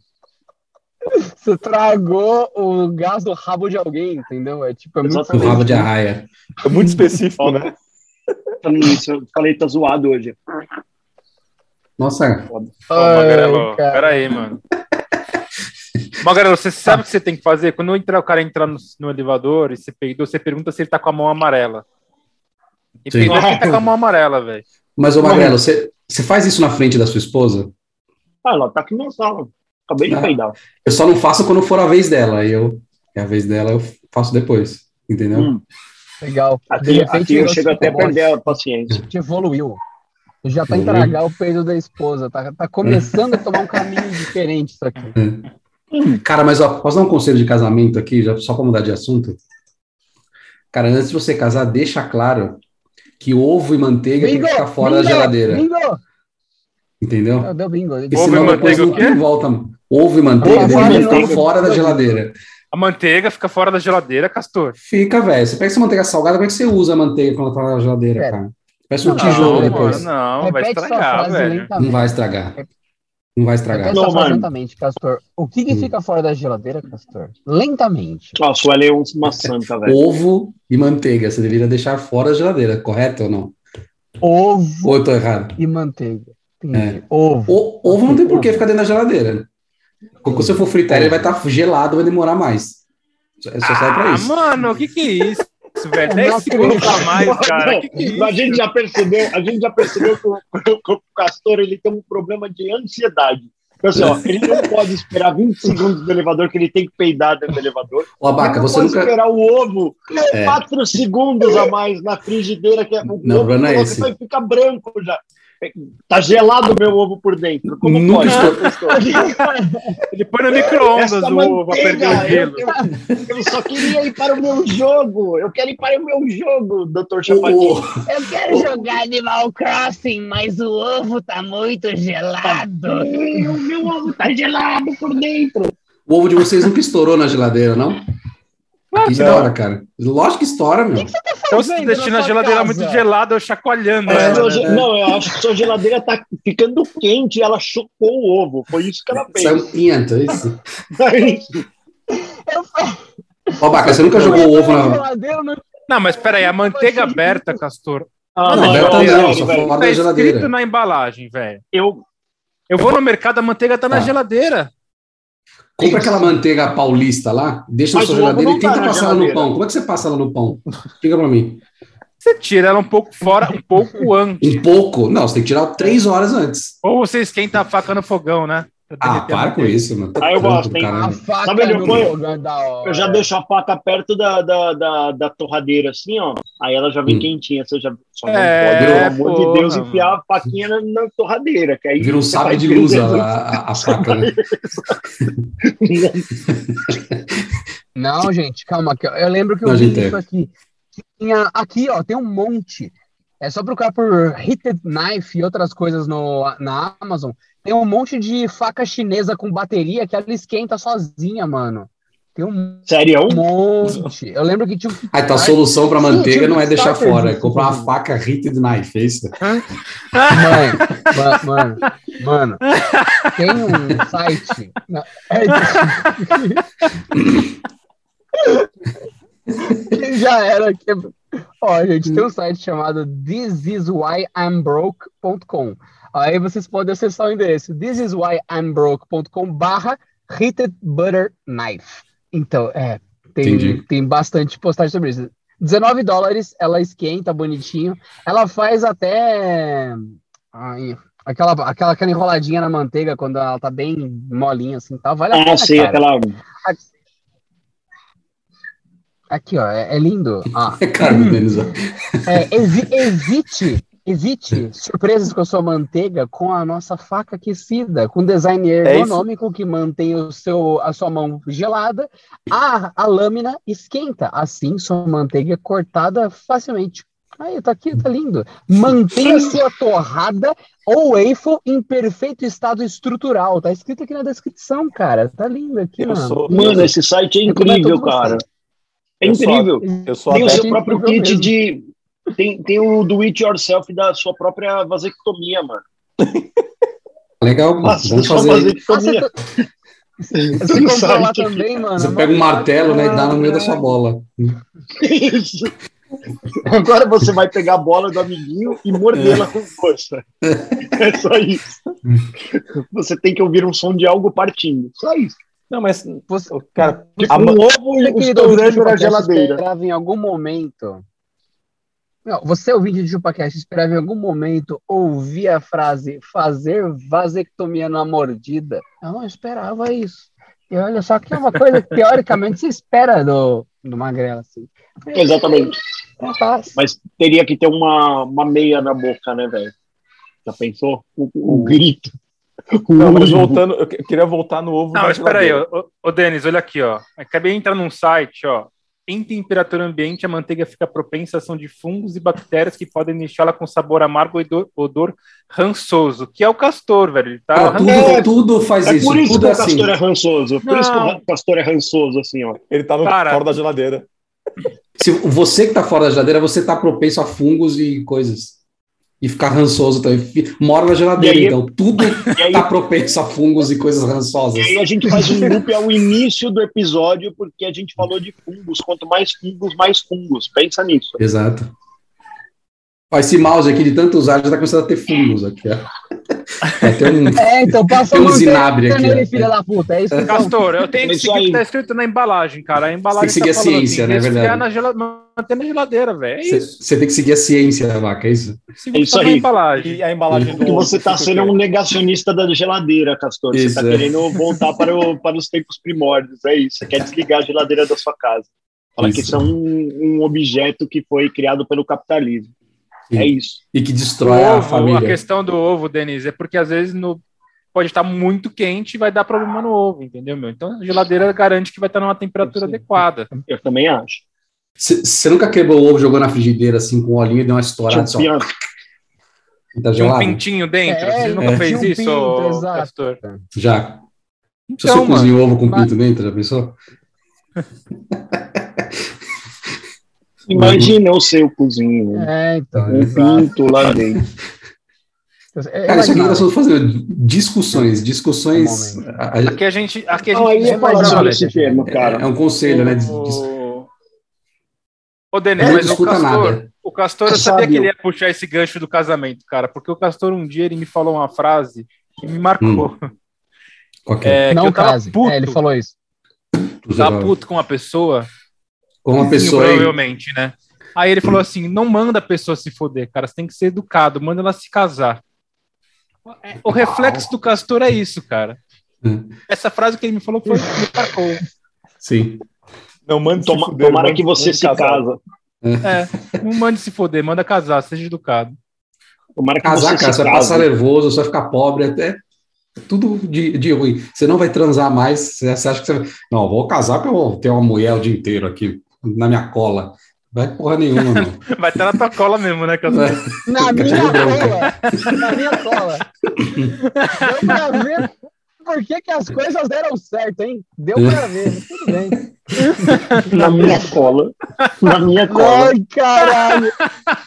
Speaker 3: Você tragou o gás do rabo de alguém, entendeu? É tipo, é muito
Speaker 4: O rabo
Speaker 5: Exatamente.
Speaker 4: de arraia.
Speaker 1: É muito específico, né?
Speaker 5: Falando isso, eu falei, tá zoado hoje.
Speaker 4: Nossa,
Speaker 2: Ô,
Speaker 3: Ai,
Speaker 2: Magrelo,
Speaker 3: cara.
Speaker 2: peraí,
Speaker 3: *laughs*
Speaker 2: mano. Magrelo, você sabe o que você tem que fazer? Quando entrar, o cara entrar no, no elevador e você peidou, você pergunta se ele tá com a mão amarela. E
Speaker 4: Sim.
Speaker 2: peidou ele tá com a mão amarela, velho.
Speaker 4: mas ô Magrelo, você, você faz isso na frente da sua esposa?
Speaker 5: Ah, ela tá aqui na sala. Acabei de
Speaker 4: Ah.
Speaker 5: peidar.
Speaker 4: Eu só não faço quando for a vez dela. Aí eu, é a vez dela, eu faço depois. Entendeu?
Speaker 5: Hum.
Speaker 3: legal.
Speaker 5: Aqui, aqui eu
Speaker 3: você
Speaker 5: chego até a
Speaker 3: gosta.
Speaker 5: perder a paciência.
Speaker 3: gente evoluiu. Já tá
Speaker 4: Evoluiu.
Speaker 3: em tragar o peido da esposa, tá, tá começando a tomar um caminho diferente isso aqui.
Speaker 4: Cara, mas ó, posso dar um conselho de casamento aqui, já, só pra mudar de assunto? Cara, antes de você casar, deixa claro que ovo e manteiga tem que ficar fora da
Speaker 3: bingo,
Speaker 4: geladeira.
Speaker 3: Bingo!
Speaker 4: Entendeu?
Speaker 3: Ah, Deu bingo.
Speaker 4: Porque
Speaker 2: Ovo e
Speaker 4: senão depois
Speaker 2: manteiga o
Speaker 4: não
Speaker 2: quê?
Speaker 4: tem volta. Ovo e manteiga
Speaker 3: Ovo e
Speaker 4: deve ficar
Speaker 5: manteiga.
Speaker 4: fora da geladeira.
Speaker 2: A manteiga fica fora da geladeira, Castor.
Speaker 4: Fica, velho. Você pega essa manteiga salgada, como é que você usa a manteiga quando tá na geladeira,
Speaker 3: Pera.
Speaker 4: cara? Parece um
Speaker 3: Não,
Speaker 4: tijolo
Speaker 2: não,
Speaker 4: depois.
Speaker 2: mano, não, vai
Speaker 3: Repete sua
Speaker 2: estragar,
Speaker 3: frase
Speaker 2: velho.
Speaker 4: Não
Speaker 3: lentamente.
Speaker 4: vai estragar. Não vai estragar.
Speaker 3: Repete sua
Speaker 5: Não,
Speaker 3: frase
Speaker 5: mano.
Speaker 3: lentamente, Castor. O que que
Speaker 4: Hum.
Speaker 3: fica fora da geladeira, Castor? Lentamente.
Speaker 5: Nossa, o Ale é um- uma santa, velho.
Speaker 4: Ovo e manteiga. Você deveria deixar fora da geladeira, correto ou não?
Speaker 3: Ovo
Speaker 4: Ou eu tô errado?
Speaker 3: e manteiga. Entendi.
Speaker 4: É.
Speaker 3: Ovo.
Speaker 4: O- ovo não tem por que ficar dentro da geladeira. Quando você for fritar, ele vai estar gelado, vai demorar mais. Só é só serve pra
Speaker 2: Ah,
Speaker 4: isso.
Speaker 2: mano, o que que é isso,
Speaker 3: *laughs*
Speaker 2: velho?
Speaker 3: Não
Speaker 2: 10 segundos a
Speaker 3: acredito.
Speaker 2: mais, cara.
Speaker 5: Não,
Speaker 2: Que que é isso?
Speaker 5: a gente já percebeu, a gente já percebeu que o, que o Castor ele tem um problema de ansiedade. Então, assim, ó, ele não pode esperar 20 segundos do elevador, que ele tem que peidar dentro do elevador.
Speaker 4: Ô, Abaca,
Speaker 5: ele não
Speaker 4: você
Speaker 5: pode
Speaker 4: nunca.
Speaker 5: esperar o ovo
Speaker 4: É.
Speaker 5: 4 segundos a mais na frigideira, que é, o
Speaker 4: Não,
Speaker 5: ovo
Speaker 4: Bruno, é
Speaker 5: coloca
Speaker 4: esse.
Speaker 5: e vai ficar branco já. Tá gelado meu ovo por dentro. Como
Speaker 4: Nunca
Speaker 5: pode? Tá
Speaker 4: estou-
Speaker 5: *laughs* Castor?
Speaker 2: Ele põe no micro-ondas
Speaker 5: Essa
Speaker 2: o ovo pra perder o
Speaker 5: manteiga,
Speaker 2: gelo.
Speaker 5: eu, eu- eu só queria ir para o meu jogo. Eu quero ir para o meu jogo, Dr.
Speaker 4: O-
Speaker 5: Chapadinho.
Speaker 4: o-
Speaker 7: Eu quero jogar Animal Crossing, mas o ovo tá muito gelado.
Speaker 5: Ai, O meu ovo tá gelado por dentro.
Speaker 4: o ovo de vocês nunca estourou na geladeira, não?
Speaker 5: Ah,
Speaker 4: Que estoura, cara. Lógico que estoura, meu.
Speaker 2: Então, se tu
Speaker 3: Vendo
Speaker 2: deixando
Speaker 3: na
Speaker 2: a
Speaker 3: sua
Speaker 2: geladeira é
Speaker 3: casa.
Speaker 2: muito gelada, eu chacoalhando
Speaker 5: É,
Speaker 2: ela.
Speaker 5: meu
Speaker 2: né?
Speaker 5: ge- Não, eu acho que sua geladeira tá ficando quente e ela chocou o ovo. Foi isso que ela fez.
Speaker 4: Saiu pinhento, é isso.
Speaker 5: Mas,
Speaker 4: Ô, Abaca, você nunca jogou ovo
Speaker 3: na
Speaker 5: né?
Speaker 4: na.
Speaker 3: geladeira, não
Speaker 2: Não, mas peraí, a manteiga aberta, Castor,
Speaker 5: *laughs* ah,
Speaker 4: Não,
Speaker 5: não,
Speaker 4: aberta
Speaker 5: olha,
Speaker 4: não,
Speaker 5: olha,
Speaker 4: só
Speaker 5: velho,
Speaker 4: fora
Speaker 2: tá
Speaker 4: da
Speaker 2: escrito
Speaker 4: geladeira.
Speaker 2: na embalagem, velho.
Speaker 5: eu,
Speaker 2: Eu vou no mercado, a manteiga tá na
Speaker 4: Tá.
Speaker 2: geladeira.
Speaker 4: Compra aquela manteiga paulista lá, deixa na
Speaker 5: Mas
Speaker 4: sua
Speaker 5: o ovo
Speaker 4: geladeira
Speaker 5: não
Speaker 4: e tenta
Speaker 5: tá na
Speaker 4: passar ela no
Speaker 5: geladeira.
Speaker 4: pão. Como é que você passa ela no pão? Diga pra mim.
Speaker 2: Você tira ela um pouco fora, um pouco antes.
Speaker 4: Um pouco? Não, você tem que tirar três horas antes.
Speaker 2: Ou você esquenta a faca no fogão, né? Pra
Speaker 4: Ah,
Speaker 2: derreter a
Speaker 4: para
Speaker 2: manteiga.
Speaker 4: com isso, mano.
Speaker 5: Ah, eu gosto,
Speaker 4: Tanto,
Speaker 5: hein?
Speaker 4: caralho.
Speaker 3: A faca
Speaker 5: Sabe onde eu
Speaker 3: no
Speaker 5: ponho?
Speaker 3: lugar da hora.
Speaker 2: É.
Speaker 5: eu já deixo a faca perto da, da, da, da torradeira, assim, ó. Aí ela já vem
Speaker 4: Hum.
Speaker 5: quentinha. Você já só não
Speaker 2: É,
Speaker 5: pode, pelo amor
Speaker 2: porra,
Speaker 5: de Deus,
Speaker 2: mano.
Speaker 5: enfiar a faquinha na, na torradeira. Que aí
Speaker 4: Vira um
Speaker 5: você
Speaker 4: sabre
Speaker 5: vai
Speaker 4: de luz a,
Speaker 5: prendendo.
Speaker 4: a, a faca,
Speaker 5: *laughs*
Speaker 4: né?
Speaker 3: Não, gente, calma aqui. ó. Eu lembro que eu
Speaker 4: Não,
Speaker 3: vi
Speaker 4: gente, é.
Speaker 3: isso aqui. Tinha, aqui, ó, tem um monte. É só procurar por Heated Knife e outras coisas no, na Amazon. Tem um monte de faca chinesa com bateria que ela esquenta sozinha, mano. Tem um
Speaker 5: Sério? é
Speaker 3: monte. Eu lembro que tinha um
Speaker 4: Ah, então a solução pra
Speaker 3: Sim,
Speaker 4: manteiga
Speaker 3: tinha
Speaker 4: não é
Speaker 3: um
Speaker 4: deixar
Speaker 3: starter
Speaker 4: fora, é
Speaker 3: disso,
Speaker 4: comprar uma
Speaker 3: inclusive.
Speaker 4: faca heated knife, é isso? *laughs*
Speaker 3: Mano, ma- mano, mano, tem um site. na- É- Já era. Que... Ó, gente, tem um site chamado thisiswhyimbroke.com. Aí vocês podem acessar o endereço thisiswhyimbroke.com barra heated butter knife. Então, é, tem,
Speaker 4: Entendi.
Speaker 3: tem bastante postagem sobre isso. 19 dólares, ela esquenta bonitinho. Ela faz até ai, aquela, aquela, aquela enroladinha na manteiga quando ela tá bem molinha assim, tá? Vale a
Speaker 5: Ah,
Speaker 3: pena,
Speaker 5: sei,
Speaker 3: cara.
Speaker 5: aquela.
Speaker 3: Aqui, ó, é, é lindo. Ó,
Speaker 4: É caro,
Speaker 5: Hum.
Speaker 4: Denizão.
Speaker 3: é, evi- evite, evite surpresas com a sua manteiga com a nossa faca aquecida, com um design
Speaker 1: É isso.
Speaker 3: ergonômico que mantém o seu, a sua mão gelada, a, a lâmina esquenta, assim sua manteiga é cortada facilmente. Aí, tá aqui, tá lindo. Mantenha sua torrada ou waffle em perfeito estado estrutural. Tá escrito aqui na descrição, cara. Tá lindo aqui,
Speaker 1: Eu
Speaker 3: mano.
Speaker 1: sou,
Speaker 5: Mano, esse site é incrível,
Speaker 3: todo
Speaker 5: cara. É
Speaker 1: Eu sou
Speaker 5: incrível.
Speaker 1: eu sou
Speaker 5: Tem o
Speaker 1: adepto,
Speaker 5: seu próprio
Speaker 3: Incrível
Speaker 5: kit
Speaker 3: mesmo.
Speaker 5: de. Tem, tem o do it yourself da sua própria vasectomia, mano.
Speaker 4: Legal, mano.
Speaker 5: Faça
Speaker 4: Vamos
Speaker 5: sua
Speaker 4: fazer.
Speaker 3: Ah, você
Speaker 5: *laughs* vasectomia.
Speaker 3: tá-
Speaker 5: Tu
Speaker 3: Se
Speaker 5: não sabe
Speaker 3: controlar
Speaker 5: o que que-
Speaker 3: também, mano.
Speaker 4: Você pega um martelo, né, e dá no meio da
Speaker 5: Ah,
Speaker 4: sua bola.
Speaker 5: Isso. Agora você vai pegar a bola do amiguinho e mordê-la com força. É só isso. Você tem que ouvir um som de algo partindo. Só isso.
Speaker 1: Não, mas,
Speaker 3: Você,
Speaker 1: o cara,
Speaker 5: Tipo, um ovo
Speaker 3: Você, querido ouvinte
Speaker 5: estourando
Speaker 3: do
Speaker 5: na
Speaker 3: podcast,
Speaker 5: geladeira.
Speaker 3: esperava em algum momento. Não, você ouvinte de ChupaCast esperava em algum momento ouvir a frase fazer vasectomia na mordida. Eu não esperava isso. E olha só que é uma coisa que teoricamente se espera do, do magrela, assim.
Speaker 5: Exatamente.
Speaker 3: Rapaz,
Speaker 5: Mas teria que ter uma, uma meia na boca, né, velho? Já pensou? O, o
Speaker 4: Hum.
Speaker 5: grito. O
Speaker 1: não, mas
Speaker 5: uso.
Speaker 1: voltando, eu que- queria voltar no ovo.
Speaker 2: Não,
Speaker 1: da
Speaker 2: mas espera aí,
Speaker 1: geladeira.
Speaker 2: ô, ô- ô Denis, olha aqui, ó. Acabei de entrar num site, ó. Em temperatura ambiente, a manteiga fica propensa à ação de fungos e bactérias que podem deixá-la com sabor amargo e do- odor rançoso, que é o castor, velho. Ele tá
Speaker 4: Cara, tudo,
Speaker 5: É,
Speaker 4: tudo faz
Speaker 5: É
Speaker 4: isso.
Speaker 5: por isso que
Speaker 4: Tudo
Speaker 5: o
Speaker 4: é assim.
Speaker 5: castor é rançoso. Por isso que
Speaker 2: Não.
Speaker 5: o castor é rançoso, assim, ó.
Speaker 1: Ele tá no,
Speaker 2: Cara.
Speaker 1: fora da geladeira.
Speaker 4: Se você que tá fora da geladeira, você tá propenso a fungos e coisas. E ficar rançoso também. Fi- Mora na geladeira,
Speaker 5: E aí- *laughs*
Speaker 4: então. Tudo
Speaker 5: E aí,
Speaker 4: tá propenso a fungos e coisas rançosas.
Speaker 5: E aí a gente faz um loop ao início do episódio, porque a gente falou de fungos. Quanto mais fungos, mais fungos. Pensa nisso.
Speaker 4: Exato. Ó, esse mouse aqui, de tanto usar, já tá começando a ter fungos aqui, ó. Vai ter um,
Speaker 3: é, então passa
Speaker 4: tem um
Speaker 3: manteiga
Speaker 4: zinabre aqui.
Speaker 3: nele,
Speaker 4: ó. Uhum.
Speaker 3: filha da puta. É isso que tá.
Speaker 2: Castor, eu tenho
Speaker 5: É
Speaker 2: que
Speaker 5: isso
Speaker 2: seguir o
Speaker 5: aí.
Speaker 2: que tá escrito na embalagem, cara. A embalagem
Speaker 4: Tem que seguir
Speaker 2: tá
Speaker 4: a
Speaker 2: falando
Speaker 4: ciência, né,
Speaker 2: assim, resfriar
Speaker 4: verdade.
Speaker 2: Na gela- manter na geladeira, velho. *laughs* É
Speaker 4: Você
Speaker 2: isso.
Speaker 4: você tem que seguir a ciência da vaca, é isso?
Speaker 2: Seguir
Speaker 5: é
Speaker 2: o que
Speaker 5: isso
Speaker 2: tá na
Speaker 5: aí.
Speaker 2: embalagem.
Speaker 1: E a embalagem do
Speaker 5: Porque
Speaker 1: ovo.
Speaker 5: você está
Speaker 1: fica o
Speaker 5: sendo
Speaker 1: quê?
Speaker 5: um negacionista da geladeira, Castor.
Speaker 4: Isso,
Speaker 5: você
Speaker 4: é.
Speaker 5: está querendo voltar para, o- para os tempos primórdios. É isso. Você quer desligar a geladeira da sua casa. Fala
Speaker 4: Isso.
Speaker 5: que isso é um, um objeto que foi criado pelo capitalismo.
Speaker 4: Sim.
Speaker 5: É isso.
Speaker 4: E que
Speaker 2: O
Speaker 4: destrói é a
Speaker 2: ovo, a
Speaker 4: família.
Speaker 2: questão do ovo, Denis, é porque às vezes no pode estar muito quente e vai dar problema no ovo, entendeu, meu? Então a geladeira garante que vai estar numa temperatura adequada.
Speaker 5: Eu também acho.
Speaker 4: Você nunca quebrou o ovo, jogou na frigideira, assim, com o olhinho e deu uma estourada só.
Speaker 5: Tinha-
Speaker 4: e
Speaker 2: Tinha
Speaker 4: Tá
Speaker 2: um
Speaker 4: gelado?
Speaker 2: pintinho dentro.
Speaker 3: É,
Speaker 2: Você nunca
Speaker 3: é.
Speaker 2: fez
Speaker 3: tinha um
Speaker 2: isso,
Speaker 3: pinto,
Speaker 2: ô,
Speaker 3: exato.
Speaker 2: Castor?
Speaker 4: Já. Se
Speaker 2: Então,
Speaker 4: você cozinha
Speaker 2: mano,
Speaker 4: ovo com
Speaker 3: mas-
Speaker 4: pinto dentro, já pensou?
Speaker 5: Imagina o seu cozinho.
Speaker 3: É, então,
Speaker 5: Um
Speaker 3: exato.
Speaker 5: pinto
Speaker 4: *laughs*
Speaker 5: lá dentro.
Speaker 3: É,
Speaker 4: Uhum. Cara, isso aqui tá
Speaker 3: imaginável.
Speaker 4: nós estamos fazendo discussões,
Speaker 2: É
Speaker 4: discussões.
Speaker 3: Um
Speaker 4: a- a-
Speaker 2: aqui a gente. Aqui a
Speaker 5: Não, aí
Speaker 2: gente né?
Speaker 5: ia falar
Speaker 3: Não, é
Speaker 5: sobre
Speaker 3: olha,
Speaker 5: esse
Speaker 3: gente,
Speaker 5: tema,
Speaker 4: é,
Speaker 5: cara.
Speaker 4: é um conselho, né? de- de-
Speaker 2: Ô, Ô, Denis,
Speaker 4: Não
Speaker 2: mas o
Speaker 4: discuta
Speaker 2: Castor,
Speaker 4: nada.
Speaker 2: o Castor, eu
Speaker 5: Você
Speaker 2: sabia
Speaker 5: sabe,
Speaker 2: que ele ia puxar esse gancho do casamento, cara, porque o Castor um dia ele me falou uma frase que me
Speaker 4: Hum,
Speaker 2: marcou.
Speaker 4: Qualquer.
Speaker 2: É, que
Speaker 3: Não
Speaker 2: eu tava
Speaker 3: case.
Speaker 2: puto,
Speaker 3: É, ele falou isso.
Speaker 2: tava Tá puto com a pessoa,
Speaker 4: com uma
Speaker 2: Sim,
Speaker 4: pessoa. aí-
Speaker 2: provavelmente, né? Aí ele falou assim: não manda a pessoa se foder, cara, você tem que ser educado, manda ela se casar. É, O reflexo do castor é isso, cara.
Speaker 4: Hum.
Speaker 2: Essa frase que ele me falou
Speaker 4: *laughs*
Speaker 2: foi me marcou.
Speaker 4: Sim.
Speaker 1: Não, manda
Speaker 5: Toma-
Speaker 4: tipo
Speaker 5: tomara que você
Speaker 4: um
Speaker 5: se casa.
Speaker 2: É, não mande se foder, manda casar, seja educado.
Speaker 5: Tomara que
Speaker 4: Casar,
Speaker 5: você
Speaker 4: cara,
Speaker 5: se
Speaker 4: você vai
Speaker 5: case.
Speaker 4: passar nervoso, você vai ficar pobre, até é tudo de, de ruim. Você não vai transar mais, você, você acha que você vai. Não, vou casar porque eu vou ter uma mulher o dia inteiro aqui na minha cola. Vai porra nenhuma, mano.
Speaker 2: Vai estar na tua cola mesmo, né, Castor?
Speaker 3: Na
Speaker 4: Fica
Speaker 3: minha
Speaker 4: tudo branco.
Speaker 3: cola! Na minha cola! Deu pra ver por que, que as coisas deram certo, hein? Deu pra ver, mas tudo bem.
Speaker 5: Na minha cola.
Speaker 4: *laughs*
Speaker 5: Na minha cola.
Speaker 3: Ai, caralho!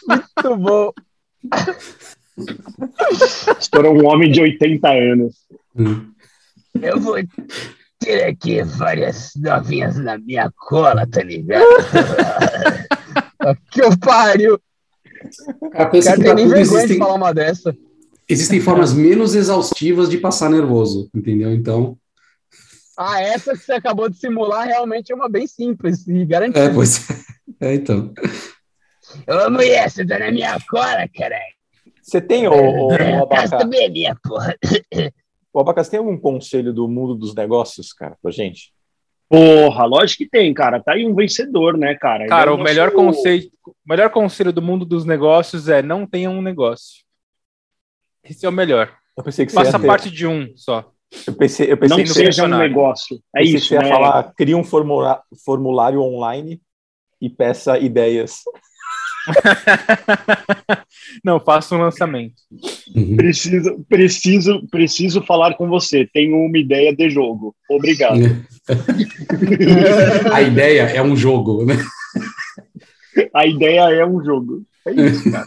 Speaker 3: Muito bom!
Speaker 5: Estourou um homem de 80 anos.
Speaker 4: Hum.
Speaker 7: Eu vou ter aqui várias novinhas na minha cola, tá
Speaker 4: *laughs*
Speaker 7: ligado?
Speaker 3: Que eu pariu!
Speaker 4: *laughs* Cara,
Speaker 3: O
Speaker 4: pensa
Speaker 3: cara
Speaker 4: que pra
Speaker 3: tem nem
Speaker 4: tudo
Speaker 3: vergonha de
Speaker 4: existem,
Speaker 3: falar uma dessa.
Speaker 4: existem formas menos exaustivas de passar nervoso, entendeu? Então,
Speaker 3: Ah, essa que você acabou de simular realmente é uma bem simples e garantida.
Speaker 4: é, pois é. então.
Speaker 7: Ô mulher, você tá na minha cola, caralho.
Speaker 1: Você tem, o, o, o
Speaker 7: Gasta
Speaker 1: Abacá,
Speaker 7: bem minha porra.
Speaker 1: o Abacá, você tem algum conselho do mundo dos negócios, cara, pra gente?
Speaker 5: Porra, lógico que tem, cara. Tá aí um vencedor, né, cara? Ele
Speaker 2: Cara,
Speaker 5: é
Speaker 2: o melhor
Speaker 5: nosso-
Speaker 2: conselho, o melhor conselho do mundo dos negócios é não tenha um negócio. Esse é o melhor.
Speaker 1: Eu pensei que você
Speaker 2: Faça
Speaker 1: ia ter-
Speaker 2: parte de um só.
Speaker 1: Eu pensei, eu pensei
Speaker 5: Não
Speaker 1: que você
Speaker 5: seja um
Speaker 2: funcionário.
Speaker 5: negócio. É
Speaker 1: pensei que
Speaker 5: isso,
Speaker 1: você ia
Speaker 5: né?
Speaker 1: falar, cria um formula- formulário online e peça ideias.
Speaker 2: Não, faça um lançamento.
Speaker 4: Uhum.
Speaker 5: Preciso, preciso, preciso falar com você. Tenho uma ideia de jogo. Obrigado.
Speaker 4: A ideia é um jogo, né?
Speaker 5: A ideia é um jogo. É isso, cara.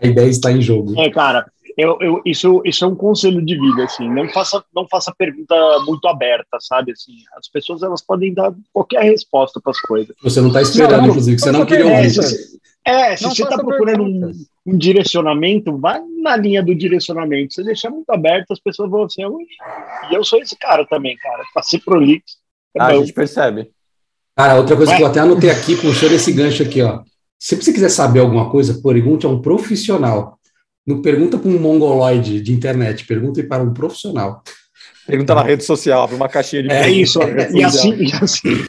Speaker 4: A ideia está em jogo.
Speaker 5: É, cara, Eu, eu, isso, isso é um conselho de vida, assim, não faça, não faça pergunta muito aberta, sabe, assim, as pessoas, elas podem dar qualquer resposta para as coisas.
Speaker 4: Você não está esperando,
Speaker 5: Não,
Speaker 4: inclusive, que você
Speaker 3: eu
Speaker 4: não
Speaker 3: só
Speaker 4: queria
Speaker 3: tenho
Speaker 4: ouvir.
Speaker 5: É, se, você- é, se
Speaker 3: Não
Speaker 5: você está
Speaker 3: faça
Speaker 5: procurando um,
Speaker 3: perguntas.
Speaker 5: um direcionamento, vai na linha do direcionamento, se deixar muito aberto, as pessoas vão assim, "Ui", e eu sou esse cara também, cara, para ser prolixo, é
Speaker 1: Ah, a
Speaker 5: bom.
Speaker 1: gente percebe.
Speaker 4: Cara, outra coisa que eu até anotei aqui, puxando esse gancho aqui, ó. Se você quiser saber alguma coisa, pergunte a um profissional. Não pergunta para um mongoloide de internet, pergunte para um profissional.
Speaker 1: Pergunta na rede social, abre uma caixinha de
Speaker 4: É
Speaker 5: É isso.
Speaker 4: *laughs*
Speaker 1: perguntas.
Speaker 5: E assim, e assim-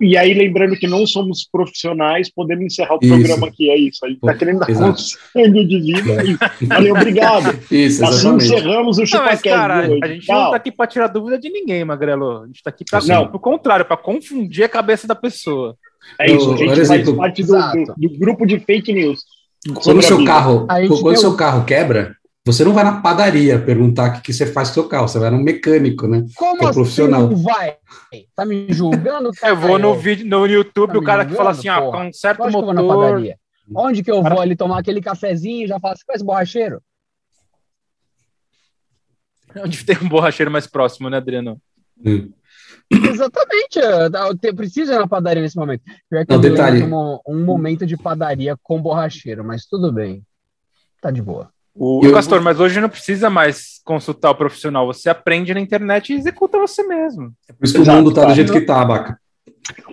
Speaker 5: e aí, lembrando que não somos profissionais, podemos encerrar o
Speaker 4: Isso.
Speaker 5: programa aqui. É isso. A gente está querendo dar
Speaker 4: Exato.
Speaker 5: conselho de vida.
Speaker 4: *laughs*
Speaker 5: Valeu, obrigado.
Speaker 4: Isso,
Speaker 5: Assim
Speaker 4: exatamente.
Speaker 5: encerramos o
Speaker 2: Não,
Speaker 3: Tipo
Speaker 2: mas,
Speaker 5: ChupaCast
Speaker 2: cara,
Speaker 5: de hoje.
Speaker 2: a gente não
Speaker 5: Tchau.
Speaker 2: tá aqui pra tirar dúvida de ninguém, Magrelo. A gente tá aqui pra,
Speaker 5: Não.
Speaker 2: pro contrário, pra confundir a cabeça da pessoa.
Speaker 5: É isso. A
Speaker 4: Por
Speaker 5: gente faz
Speaker 4: exemplo,
Speaker 5: parte do, do-
Speaker 3: exato.
Speaker 5: do grupo de fake news.
Speaker 4: Quando o
Speaker 5: sobre a
Speaker 4: seu
Speaker 5: vida.
Speaker 4: carro,
Speaker 3: A gente
Speaker 4: quando
Speaker 3: tem
Speaker 4: seu carro quebra, você não vai na padaria perguntar o que, que você faz com o seu carro, você vai no mecânico, né?
Speaker 3: Como
Speaker 4: É
Speaker 3: assim
Speaker 4: profissional.
Speaker 3: não vai? Tá me julgando?
Speaker 2: *laughs* É, Eu vou no
Speaker 3: caralho?
Speaker 2: vídeo, no YouTube,
Speaker 3: Tá
Speaker 2: o cara
Speaker 3: me
Speaker 2: que fala assim,
Speaker 3: julgando,
Speaker 2: ah,
Speaker 3: porra?
Speaker 2: conserta o
Speaker 3: Lógico que eu vou na
Speaker 2: motor.
Speaker 3: padaria. Onde que eu vou ali tomar aquele cafezinho? Já falo, você conhece borracheiro? *clears throat*
Speaker 2: Onde tem um borracheiro mais próximo, né, Adriano?
Speaker 4: Hum.
Speaker 3: Exatamente. Eu, eu preciso ir na padaria nesse momento. Pior que
Speaker 4: Não,
Speaker 3: eu me
Speaker 4: detalhe.
Speaker 3: lembro de um, um momento de padaria com borracheiro, mas tudo bem. Tá de boa.
Speaker 1: O-
Speaker 2: E o Castor, mas hoje não precisa mais consultar o profissional. Você aprende na internet e executa você mesmo.
Speaker 4: Por isso que o
Speaker 5: Exato,
Speaker 4: mundo tá do
Speaker 5: cara.
Speaker 4: jeito que tá, Abaca.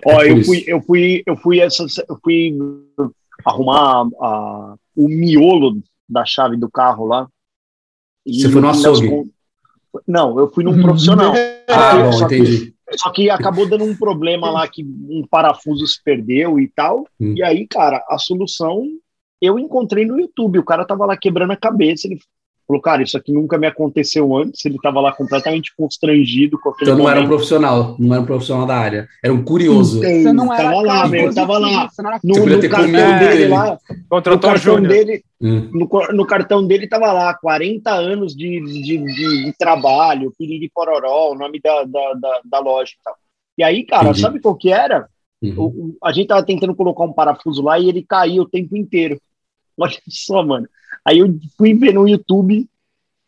Speaker 5: Ó,
Speaker 4: É por
Speaker 5: eu
Speaker 4: isso.
Speaker 5: fui, eu fui, eu fui, essa, eu fui arrumar a- o miolo da chave da chave do carro lá. E
Speaker 4: Você foi no
Speaker 5: fim das
Speaker 4: açougue? Uhum.
Speaker 5: con- Não, eu fui num profissional.
Speaker 4: Ah,
Speaker 5: É, eu
Speaker 4: bom,
Speaker 5: só que-
Speaker 4: entendi.
Speaker 5: Só que acabou dando um problema lá que um parafuso se perdeu e tal.
Speaker 4: Hum.
Speaker 5: E aí, cara, a solução eu encontrei no YouTube. O cara tava lá quebrando a cabeça. Ele falou, cara, isso aqui nunca me aconteceu antes. Ele tava lá completamente constrangido com aquele
Speaker 4: Então não era um
Speaker 5: momento.
Speaker 4: profissional, não era um profissional da área, era um curioso.
Speaker 3: Você não era
Speaker 5: tava lá,
Speaker 3: cara,
Speaker 5: meu,
Speaker 3: você
Speaker 5: tava
Speaker 3: fingiu,
Speaker 5: lá.
Speaker 3: você não era
Speaker 5: No,
Speaker 4: Você podia
Speaker 5: no
Speaker 4: ter
Speaker 5: cartão
Speaker 4: comido
Speaker 5: dele
Speaker 4: ele. Então,
Speaker 5: lá, no
Speaker 2: Contratou o
Speaker 5: cartão
Speaker 2: Júnior.
Speaker 5: dele,
Speaker 4: Hum.
Speaker 5: no, co- no cartão dele tava lá 40 anos de, de, de, de trabalho, piriri pororó, o nome da, da, da, da loja e tal. E aí, cara,
Speaker 4: Entendi.
Speaker 5: sabe qual que era?
Speaker 4: Uhum.
Speaker 5: O- o- a gente tava tentando colocar um parafuso lá e ele caiu o tempo inteiro. *laughs* Olha só, mano. Aí eu fui ver no YouTube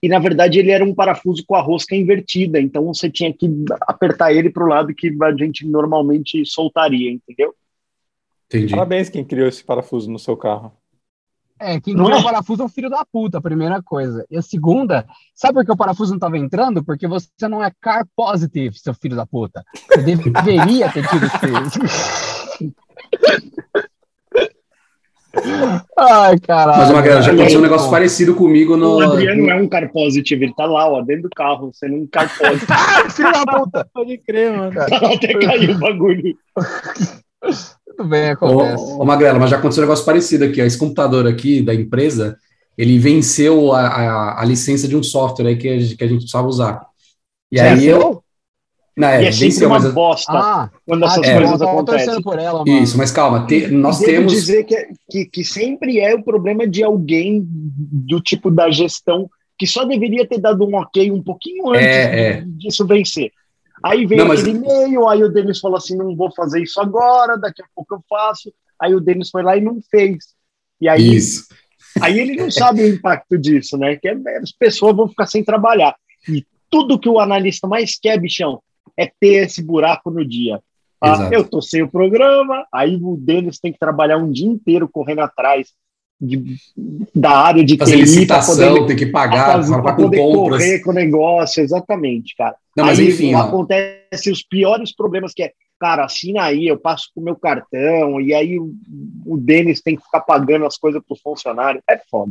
Speaker 5: e, na verdade, ele era um parafuso com a rosca invertida. Então, você tinha que apertar ele pro lado que a gente normalmente soltaria, entendeu?
Speaker 4: Entendi.
Speaker 1: Parabéns quem criou esse parafuso no seu carro.
Speaker 3: É, quem
Speaker 5: Não
Speaker 3: criou
Speaker 5: é?
Speaker 3: o parafuso é um filho da puta, a primeira coisa. E a segunda, sabe por que o parafuso não estava entrando? Porque você não é car positive, seu filho da puta. Você deveria ter tido esse.
Speaker 5: *laughs*
Speaker 3: Ai, caralho.
Speaker 4: Mas, Magrela, já
Speaker 5: Olha
Speaker 4: aconteceu um
Speaker 5: aí,
Speaker 4: negócio
Speaker 3: bom.
Speaker 4: parecido comigo no.
Speaker 5: O Adriano é um car positivo, ele tá lá, ó, dentro do carro, sendo um car
Speaker 3: *laughs*
Speaker 5: positive.
Speaker 3: Ah, filho da puta!
Speaker 2: Pode crer, mano.
Speaker 5: *laughs* Até caiu o bagulho.
Speaker 3: Tudo bem, acontece.
Speaker 4: Ô, ô, Magrela, mas já aconteceu um negócio parecido aqui. ó. Esse computador aqui da empresa, ele venceu a, a, a licença de um software aí que a, gente- que a gente precisava usar. E aí eu. Não, é,
Speaker 5: e é sempre
Speaker 4: venceu,
Speaker 5: uma
Speaker 4: mas.
Speaker 5: bosta
Speaker 3: Ah,
Speaker 5: quando essas
Speaker 3: ah,
Speaker 4: é.
Speaker 5: coisas
Speaker 3: eu tava
Speaker 5: acontecem.
Speaker 3: torcendo por ela, mano.
Speaker 4: Isso, mas calma, te- nós
Speaker 5: E devo
Speaker 4: temos.
Speaker 5: dizer que, é, que, que sempre é o problema de alguém do tipo da gestão que só deveria ter dado um ok um pouquinho antes
Speaker 4: É, é.
Speaker 5: de- disso vencer. Aí veio
Speaker 4: Não, mas-
Speaker 5: aquele e-mail, aí o Denis falou assim, não vou fazer isso agora, daqui a pouco eu faço. Aí o Denis foi lá e não fez. E aí,
Speaker 4: Isso.
Speaker 5: aí ele não sabe o impacto disso, né? Que é- as pessoas vão ficar sem trabalhar. E tudo que o analista mais quer, bichão, é ter esse buraco no dia. Ah,
Speaker 4: Exato.
Speaker 5: eu tô sem o programa, aí o Denis tem que trabalhar um dia inteiro correndo atrás de- da área de
Speaker 4: Fazer
Speaker 5: TI pra
Speaker 4: licitação,
Speaker 5: poder,
Speaker 4: tem que
Speaker 5: pra
Speaker 4: pagar,
Speaker 5: tá fazer- pra
Speaker 4: falar com
Speaker 5: poder
Speaker 4: compras.
Speaker 5: correr com o negócio, exatamente, cara.
Speaker 4: Não, mas
Speaker 5: aí
Speaker 4: enfim, né? ó.
Speaker 5: acontece os piores problemas que é, cara, assina aí, eu passo com o meu cartão, e aí o, o Denis tem que ficar pagando as coisas pro funcionário. É foda.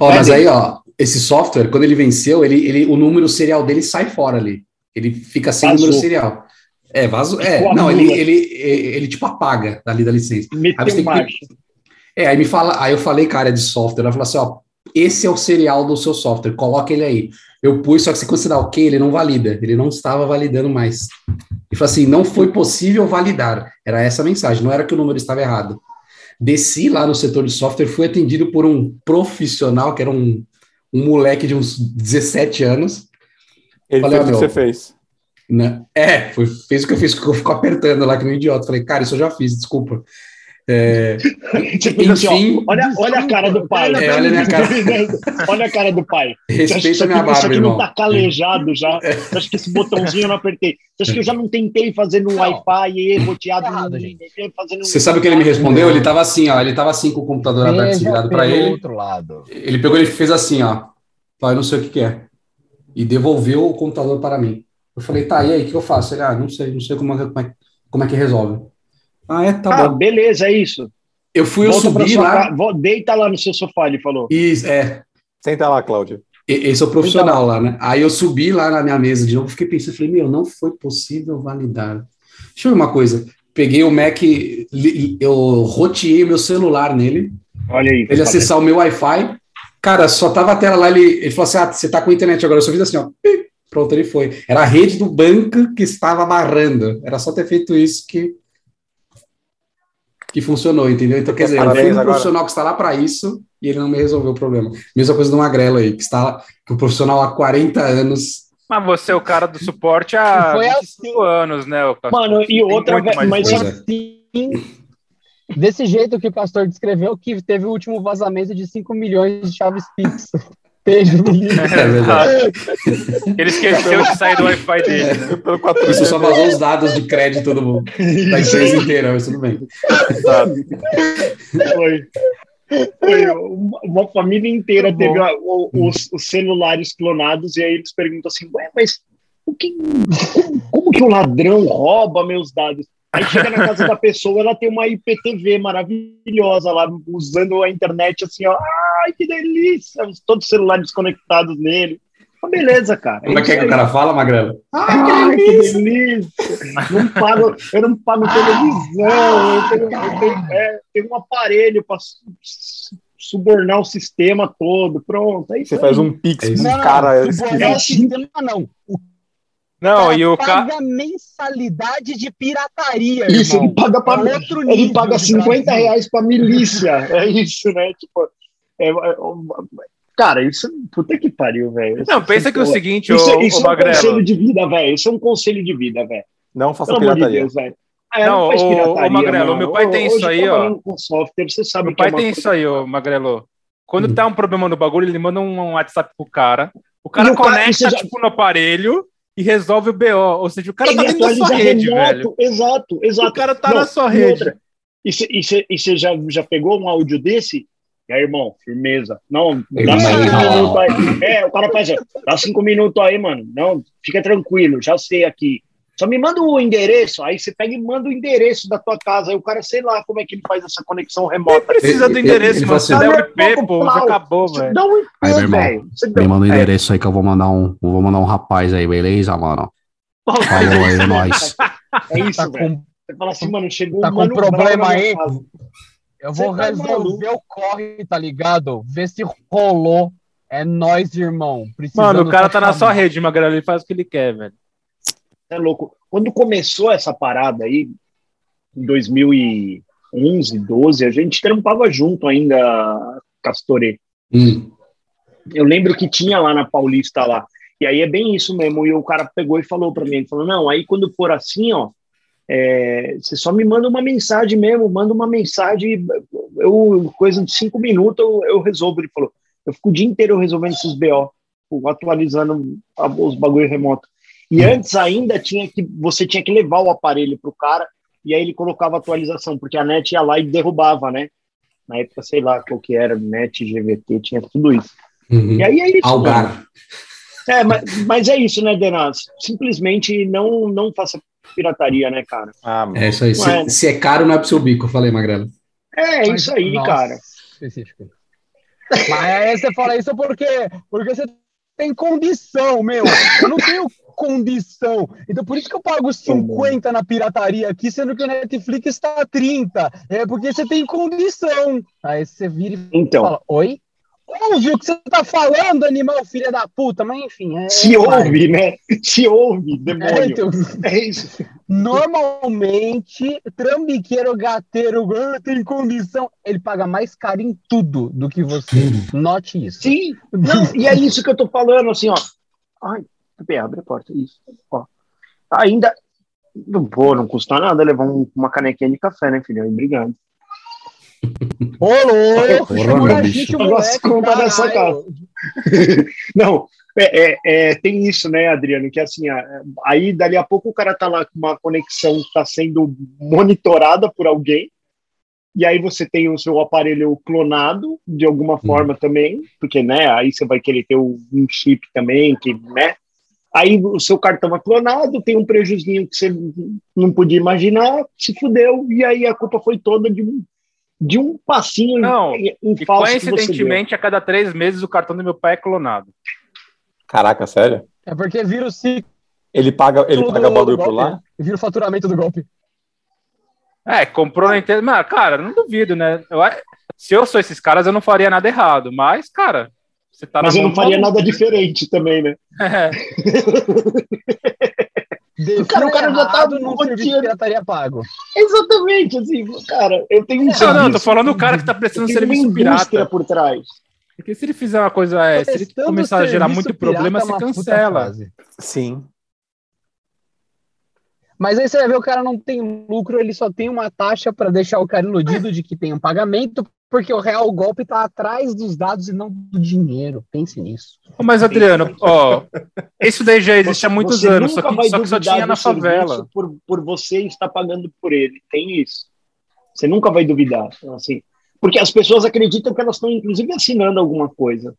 Speaker 4: Ó,
Speaker 5: Mas
Speaker 4: mas aí, ó, esse software, quando ele venceu, ele, ele, o número serial dele sai fora ali. Ele fica sem o
Speaker 5: Vazou.
Speaker 4: número serial. É, vazou. É,
Speaker 5: Ficou a
Speaker 4: não, ele,
Speaker 5: mula.
Speaker 4: ele, ele, ele tipo apaga ali da licença. Aí você
Speaker 5: Meteu
Speaker 4: Ah, tem que-
Speaker 5: marcha.
Speaker 4: É, aí me fala, aí eu falei, cara, de software, ela falou assim, ó, esse é o serial do seu software, coloca ele aí. Eu pus, só que se você dá ok, ele não valida, ele não estava validando mais. E falou assim, não foi possível validar. Era essa a mensagem, não era que o número estava errado. Desci lá no setor de software, fui atendido por um profissional, que era um, um moleque de uns 17 anos,
Speaker 1: Ele
Speaker 4: Olha,
Speaker 1: fez o que
Speaker 4: meu.
Speaker 1: você fez.
Speaker 4: né? É, foi, fez o que eu fiz, que eu fico apertando lá que nem um idiota. Falei, cara, isso eu já fiz, desculpa. É,
Speaker 5: Tipo, assim, ó,
Speaker 4: Enfim,
Speaker 5: olha, olha a cara do pai.
Speaker 4: É, olha a minha cara.
Speaker 5: *laughs* Olha a cara do pai. Você acha que
Speaker 4: respeita
Speaker 5: isso aqui-
Speaker 4: minha
Speaker 5: Isso
Speaker 4: barba,
Speaker 5: aqui não
Speaker 4: irmão.
Speaker 5: tá calejado já. Você acha que esse botãozinho eu não apertei? Você acha que eu já não tentei fazer no
Speaker 3: Não.
Speaker 5: Wi-Fi
Speaker 4: Tá
Speaker 5: e roteado?
Speaker 3: Errado,
Speaker 5: no-
Speaker 3: gente.
Speaker 5: fazendo-
Speaker 4: Você sabe o que ele me respondeu? Ele tava assim, ó. Ele tava assim com o computador aberto
Speaker 3: Veja
Speaker 4: virado
Speaker 3: pelo
Speaker 4: pra ele.
Speaker 3: outro lado.
Speaker 4: Ele pegou ele fez assim, ó. Pai, eu não sei o que, que é. E devolveu o computador para mim. Eu falei, tá, e aí, o que eu faço? Ele, ah, não sei, não sei como é, que- como é, como é que resolve. Ah, é, tá
Speaker 5: Ah,
Speaker 4: bom.
Speaker 5: beleza, é isso.
Speaker 4: Eu fui, eu
Speaker 5: Volta pra
Speaker 4: subi
Speaker 5: sua
Speaker 4: lá.
Speaker 5: ca- vo- Deita lá no seu sofá, ele falou.
Speaker 4: E, é,
Speaker 1: Senta lá, Cláudio.
Speaker 4: e- esse é o profissional lá, né? Aí eu subi lá na minha mesa de novo, fiquei pensando, falei, meu, não foi possível validar. Deixa eu ver uma coisa. Peguei o Mac, li- li- eu roteei meu celular nele,
Speaker 5: Olha aí. tá
Speaker 4: ele acessar o meu Wi-Fi. Cara, só tava a tela lá, ele, ele falou assim: ah, você tá com internet agora. Eu só fiz assim, ó. pip, Pronto, ele foi. Era a rede do banco que estava amarrando. Era só ter feito isso que. Que funcionou, entendeu? Então, quer dizer, eu fui
Speaker 1: Parabéns
Speaker 4: um
Speaker 1: agora.
Speaker 4: profissional que está lá para isso e ele não me resolveu o problema. Mesma coisa do Magrelo aí, que está lá, que o profissional há 40 anos.
Speaker 2: Mas você é o cara do suporte há
Speaker 3: *laughs* Foi assim.
Speaker 2: 25 anos, né, ô Castor?
Speaker 5: Mano, e
Speaker 2: Tem
Speaker 5: outra,
Speaker 2: muito mais
Speaker 5: mas
Speaker 4: coisa.
Speaker 1: É
Speaker 5: sabe-
Speaker 3: Desse jeito que o pastor descreveu, que teve o último vazamento de 5 milhões de chaves
Speaker 5: *laughs*
Speaker 3: Pix. Beijo, menino.
Speaker 4: *laughs* É verdade.
Speaker 3: *laughs*
Speaker 2: Ele esqueceu de sair do Wi-Fi dele.
Speaker 3: Tá
Speaker 2: né?
Speaker 1: Pelo 400.
Speaker 4: Isso só vazou os dados de crédito do, Tá da empresa inteira, mas tudo bem.
Speaker 5: Foi. Foi uma, uma família inteira
Speaker 3: Tá bom.
Speaker 5: teve a- o- os, os celulares clonados e aí eles perguntam assim, ué, mas o que, como, como que o ladrão rouba meus dados? Aí chega na casa da pessoa, ela tem uma IPTV maravilhosa lá, usando a internet assim, ó, ai, que delícia, todos os celulares conectados nele. Mas beleza, cara.
Speaker 4: Como é que, é que o cara fala, Magrelo?
Speaker 5: Ai, que delícia! Não pago, eu não pago televisão, eu tenho, eu tenho- é, tenho um aparelho para subornar o sistema todo. Pronto, é isso.
Speaker 1: Você
Speaker 5: aí.
Speaker 1: faz um pix
Speaker 4: É isso.
Speaker 1: com
Speaker 3: Não,
Speaker 1: um
Speaker 3: não,
Speaker 1: cara.
Speaker 3: Não é sistema, não. O
Speaker 2: Não,
Speaker 3: cara
Speaker 2: e o cara.
Speaker 3: paga mensalidade de pirataria,
Speaker 5: Isso, ele
Speaker 3: irmão.
Speaker 5: paga, pra,
Speaker 3: É outro
Speaker 5: ele
Speaker 3: nível
Speaker 5: paga
Speaker 3: de
Speaker 5: 50
Speaker 3: Brasil.
Speaker 5: reais pra milícia. né? É isso, né? Tipo, é- é- é- cara, isso. Puta que pariu, velho.
Speaker 2: Não, pensa que é o seguinte,
Speaker 5: Isso,
Speaker 2: ô,
Speaker 5: isso
Speaker 2: ô
Speaker 5: é um conselho
Speaker 2: Magrelo.
Speaker 5: de vida, velho. Isso é um conselho de vida, velho.
Speaker 1: Não faça
Speaker 5: Pelo amor de
Speaker 1: pirataria.
Speaker 5: Deus, velho. Ah, eu
Speaker 2: Não,
Speaker 5: faço
Speaker 2: ô, ô,
Speaker 5: pirataria,
Speaker 2: Magrelo,
Speaker 5: mano.
Speaker 2: meu pai tem
Speaker 5: Hoje
Speaker 2: isso aí, ó.
Speaker 5: trabalhando com software, você sabe
Speaker 2: Meu
Speaker 5: que é
Speaker 2: pai
Speaker 5: uma Hum.
Speaker 2: tem
Speaker 5: coisa-
Speaker 2: isso aí, ô Magrelo. Quando tá um problema no bagulho, ele manda um, um WhatsApp pro cara. O
Speaker 5: E
Speaker 2: cara
Speaker 5: o cara-
Speaker 2: conecta,
Speaker 5: isso já-
Speaker 2: tipo, no aparelho e resolve o BO. Ou seja, o cara tá
Speaker 5: Ele
Speaker 2: dentro da sua
Speaker 5: atualiza
Speaker 2: rede,
Speaker 5: remoto,
Speaker 2: velho.
Speaker 5: Exato, exato.
Speaker 2: O cara tá
Speaker 5: Não,
Speaker 2: na sua
Speaker 5: e
Speaker 2: rede.
Speaker 5: outra, E você- E você- e você já, já pegou um áudio desse? E aí, irmão, firmeza. Não, dá
Speaker 4: Irmão,
Speaker 5: cinco
Speaker 4: irmão.
Speaker 5: minutos aí. É, o cara faz, ó, dá cinco minutos aí, mano. Não, fica tranquilo, já sei aqui. Só me manda o endereço, aí você pega e manda o endereço da tua casa. Aí o cara, sei lá como é que ele faz essa conexão remota.
Speaker 2: Precisa do
Speaker 4: Ele- né?
Speaker 2: endereço,
Speaker 4: ele
Speaker 2: mano.
Speaker 4: fala
Speaker 2: Você
Speaker 5: assim,
Speaker 2: dá o IP, pô, já acabou,
Speaker 5: Você
Speaker 2: velho.
Speaker 5: dá um
Speaker 4: Aí, meu
Speaker 5: IP,
Speaker 4: irmão,
Speaker 5: velho. Você dá- um
Speaker 4: manda o endereço aí que eu vou mandar um, vou mandar um rapaz aí, beleza, mano? Falou aí, é nóis.
Speaker 5: *laughs* É isso,
Speaker 3: Tá
Speaker 5: velho.
Speaker 3: com,
Speaker 5: Você fala assim, mano, chegou
Speaker 3: tá
Speaker 5: o
Speaker 3: com
Speaker 5: Mano Brown
Speaker 3: problema
Speaker 5: na minha
Speaker 3: aí?
Speaker 5: casa.
Speaker 3: eu vou
Speaker 5: Você tá
Speaker 3: resolver o corre, tá ligado? Ver se rolou. É nóis, irmão.
Speaker 2: Mano, o cara
Speaker 3: só
Speaker 2: tá na
Speaker 3: chamar.
Speaker 2: sua rede, Magrelo. Ele faz o que ele quer, velho.
Speaker 5: É louco. Quando começou essa parada aí, em 2011, 12, a gente trampava junto ainda, Castorê.
Speaker 4: Hum,
Speaker 5: Eu lembro que tinha lá na Paulista lá. E aí é bem isso mesmo. E o cara pegou e falou pra mim, ele falou, não, aí quando for assim, ó, é, você só me manda uma mensagem mesmo, manda uma mensagem, eu, coisa de cinco minutos eu, eu resolvo. Ele falou, eu fico o dia inteiro resolvendo esses BO, tipo, atualizando a- os bagulho remoto. E antes ainda tinha que, você tinha que levar o aparelho pro cara, e aí ele colocava atualização, porque a net ia lá e derrubava, né? Na época, sei lá qual que era, net, GVT, tinha tudo isso.
Speaker 4: uhum.
Speaker 5: E aí é isso. mano.
Speaker 4: Algar.
Speaker 5: É, ma- mas, é isso, né, Denaz? Simplesmente não, não faça pirataria, né, cara?
Speaker 1: Ah, mano.
Speaker 4: É isso aí. Se,
Speaker 5: Mano.
Speaker 4: se é caro, não é pro seu bico, eu falei, Magrelo.
Speaker 5: É,
Speaker 3: Mas-
Speaker 5: isso aí,
Speaker 3: nossa,
Speaker 5: cara.
Speaker 3: Específico. Mas aí você fala isso porque, porque você tem condição, meu. Eu não tenho condição. Então por isso que eu pago 50 na pirataria aqui, sendo que o Netflix está a 30. É porque você tem condição. Aí você vira e
Speaker 5: Então,
Speaker 3: fala, oi? Ouve o que você tá falando, animal, filha da puta. Mas enfim, é...
Speaker 5: se ouve, né? Se ouve,
Speaker 3: É,
Speaker 5: demônio.
Speaker 3: então,
Speaker 5: É isso.
Speaker 3: Normalmente, trambiqueiro, gateiro, ah, tem condição, ele paga mais caro em tudo do que você. Note isso.
Speaker 5: Sim, não, e é isso que eu tô falando, assim, ó. Ai, bem, abre a porta, isso. Ó. Ainda, não, pô, não custa nada levar um- uma canequinha de café, né, filho? Obrigado.
Speaker 3: Ô, louco,
Speaker 4: Porra,
Speaker 3: chamou
Speaker 4: meu
Speaker 3: a
Speaker 4: bicho.
Speaker 3: gente, um
Speaker 5: Eu
Speaker 3: moleque,
Speaker 5: gosto de contar dessa
Speaker 3: caralho.
Speaker 5: Não, é, é- é, tem isso, né, Adriano? Que assim, a- aí dali a pouco o cara tá lá com uma conexão que tá sendo monitorada por alguém, e aí você tem o seu aparelho clonado de alguma forma também, porque, né, aí você vai querer ter um um chip também, que, né? Aí o seu cartão é clonado, tem um prejuizinho que você não podia imaginar, se fudeu, e aí a culpa foi toda de um, de um passinho
Speaker 2: Não,
Speaker 5: em, em
Speaker 2: E
Speaker 5: falso que você deu.
Speaker 2: coincidentemente, a cada três meses, o cartão do meu pai é clonado.
Speaker 1: Caraca, sério?
Speaker 3: É porque vira o ciclo
Speaker 1: Ele paga, ele
Speaker 3: do-
Speaker 1: paga
Speaker 3: do
Speaker 1: bagulho
Speaker 3: golpe,
Speaker 1: por lá?
Speaker 3: né? Vira o faturamento do golpe.
Speaker 2: É, comprou na Nintendo. Mas, cara, não duvido, né? Eu a- se eu sou esses caras, eu não faria nada errado. Mas, cara, você tá
Speaker 5: Mas
Speaker 2: na
Speaker 5: eu
Speaker 2: mão
Speaker 5: não faria
Speaker 2: do maluco.
Speaker 5: nada diferente também, né?
Speaker 2: *laughs* É.
Speaker 3: Defina
Speaker 5: cara- o cara já tá
Speaker 3: errado num serviço de
Speaker 5: roteando.
Speaker 3: pirataria pago.
Speaker 5: Exatamente, assim, cara, eu tenho um
Speaker 2: Não, não, eu tô falando do cara que tá prestando serviço pirata.
Speaker 5: por trás.
Speaker 2: Porque se ele fizer uma coisa, é, se ele
Speaker 3: Prestando
Speaker 2: começar a gerar
Speaker 3: serviço
Speaker 2: muito
Speaker 3: pirata
Speaker 2: problema,
Speaker 3: é
Speaker 2: se
Speaker 3: uma puta
Speaker 2: cancela.
Speaker 3: frase.
Speaker 1: Sim.
Speaker 3: Mas aí você vai ver, o cara não tem lucro, ele só tem uma taxa pra deixar o cara iludido de que tem um pagamento, porque o real golpe tá atrás dos dados e não do dinheiro. Pense nisso.
Speaker 2: Ô, Mas, Adriano, ó, isso daí já existe há muitos
Speaker 5: Você
Speaker 2: anos, só
Speaker 5: nunca
Speaker 2: que
Speaker 5: vai
Speaker 2: só, que só
Speaker 5: duvidar
Speaker 2: tinha
Speaker 5: do
Speaker 2: na
Speaker 5: serviço
Speaker 2: favela.
Speaker 5: Por, por você estar pagando por ele, tem isso. Você nunca vai duvidar, assim. Porque as pessoas acreditam que elas estão, inclusive, assinando alguma coisa.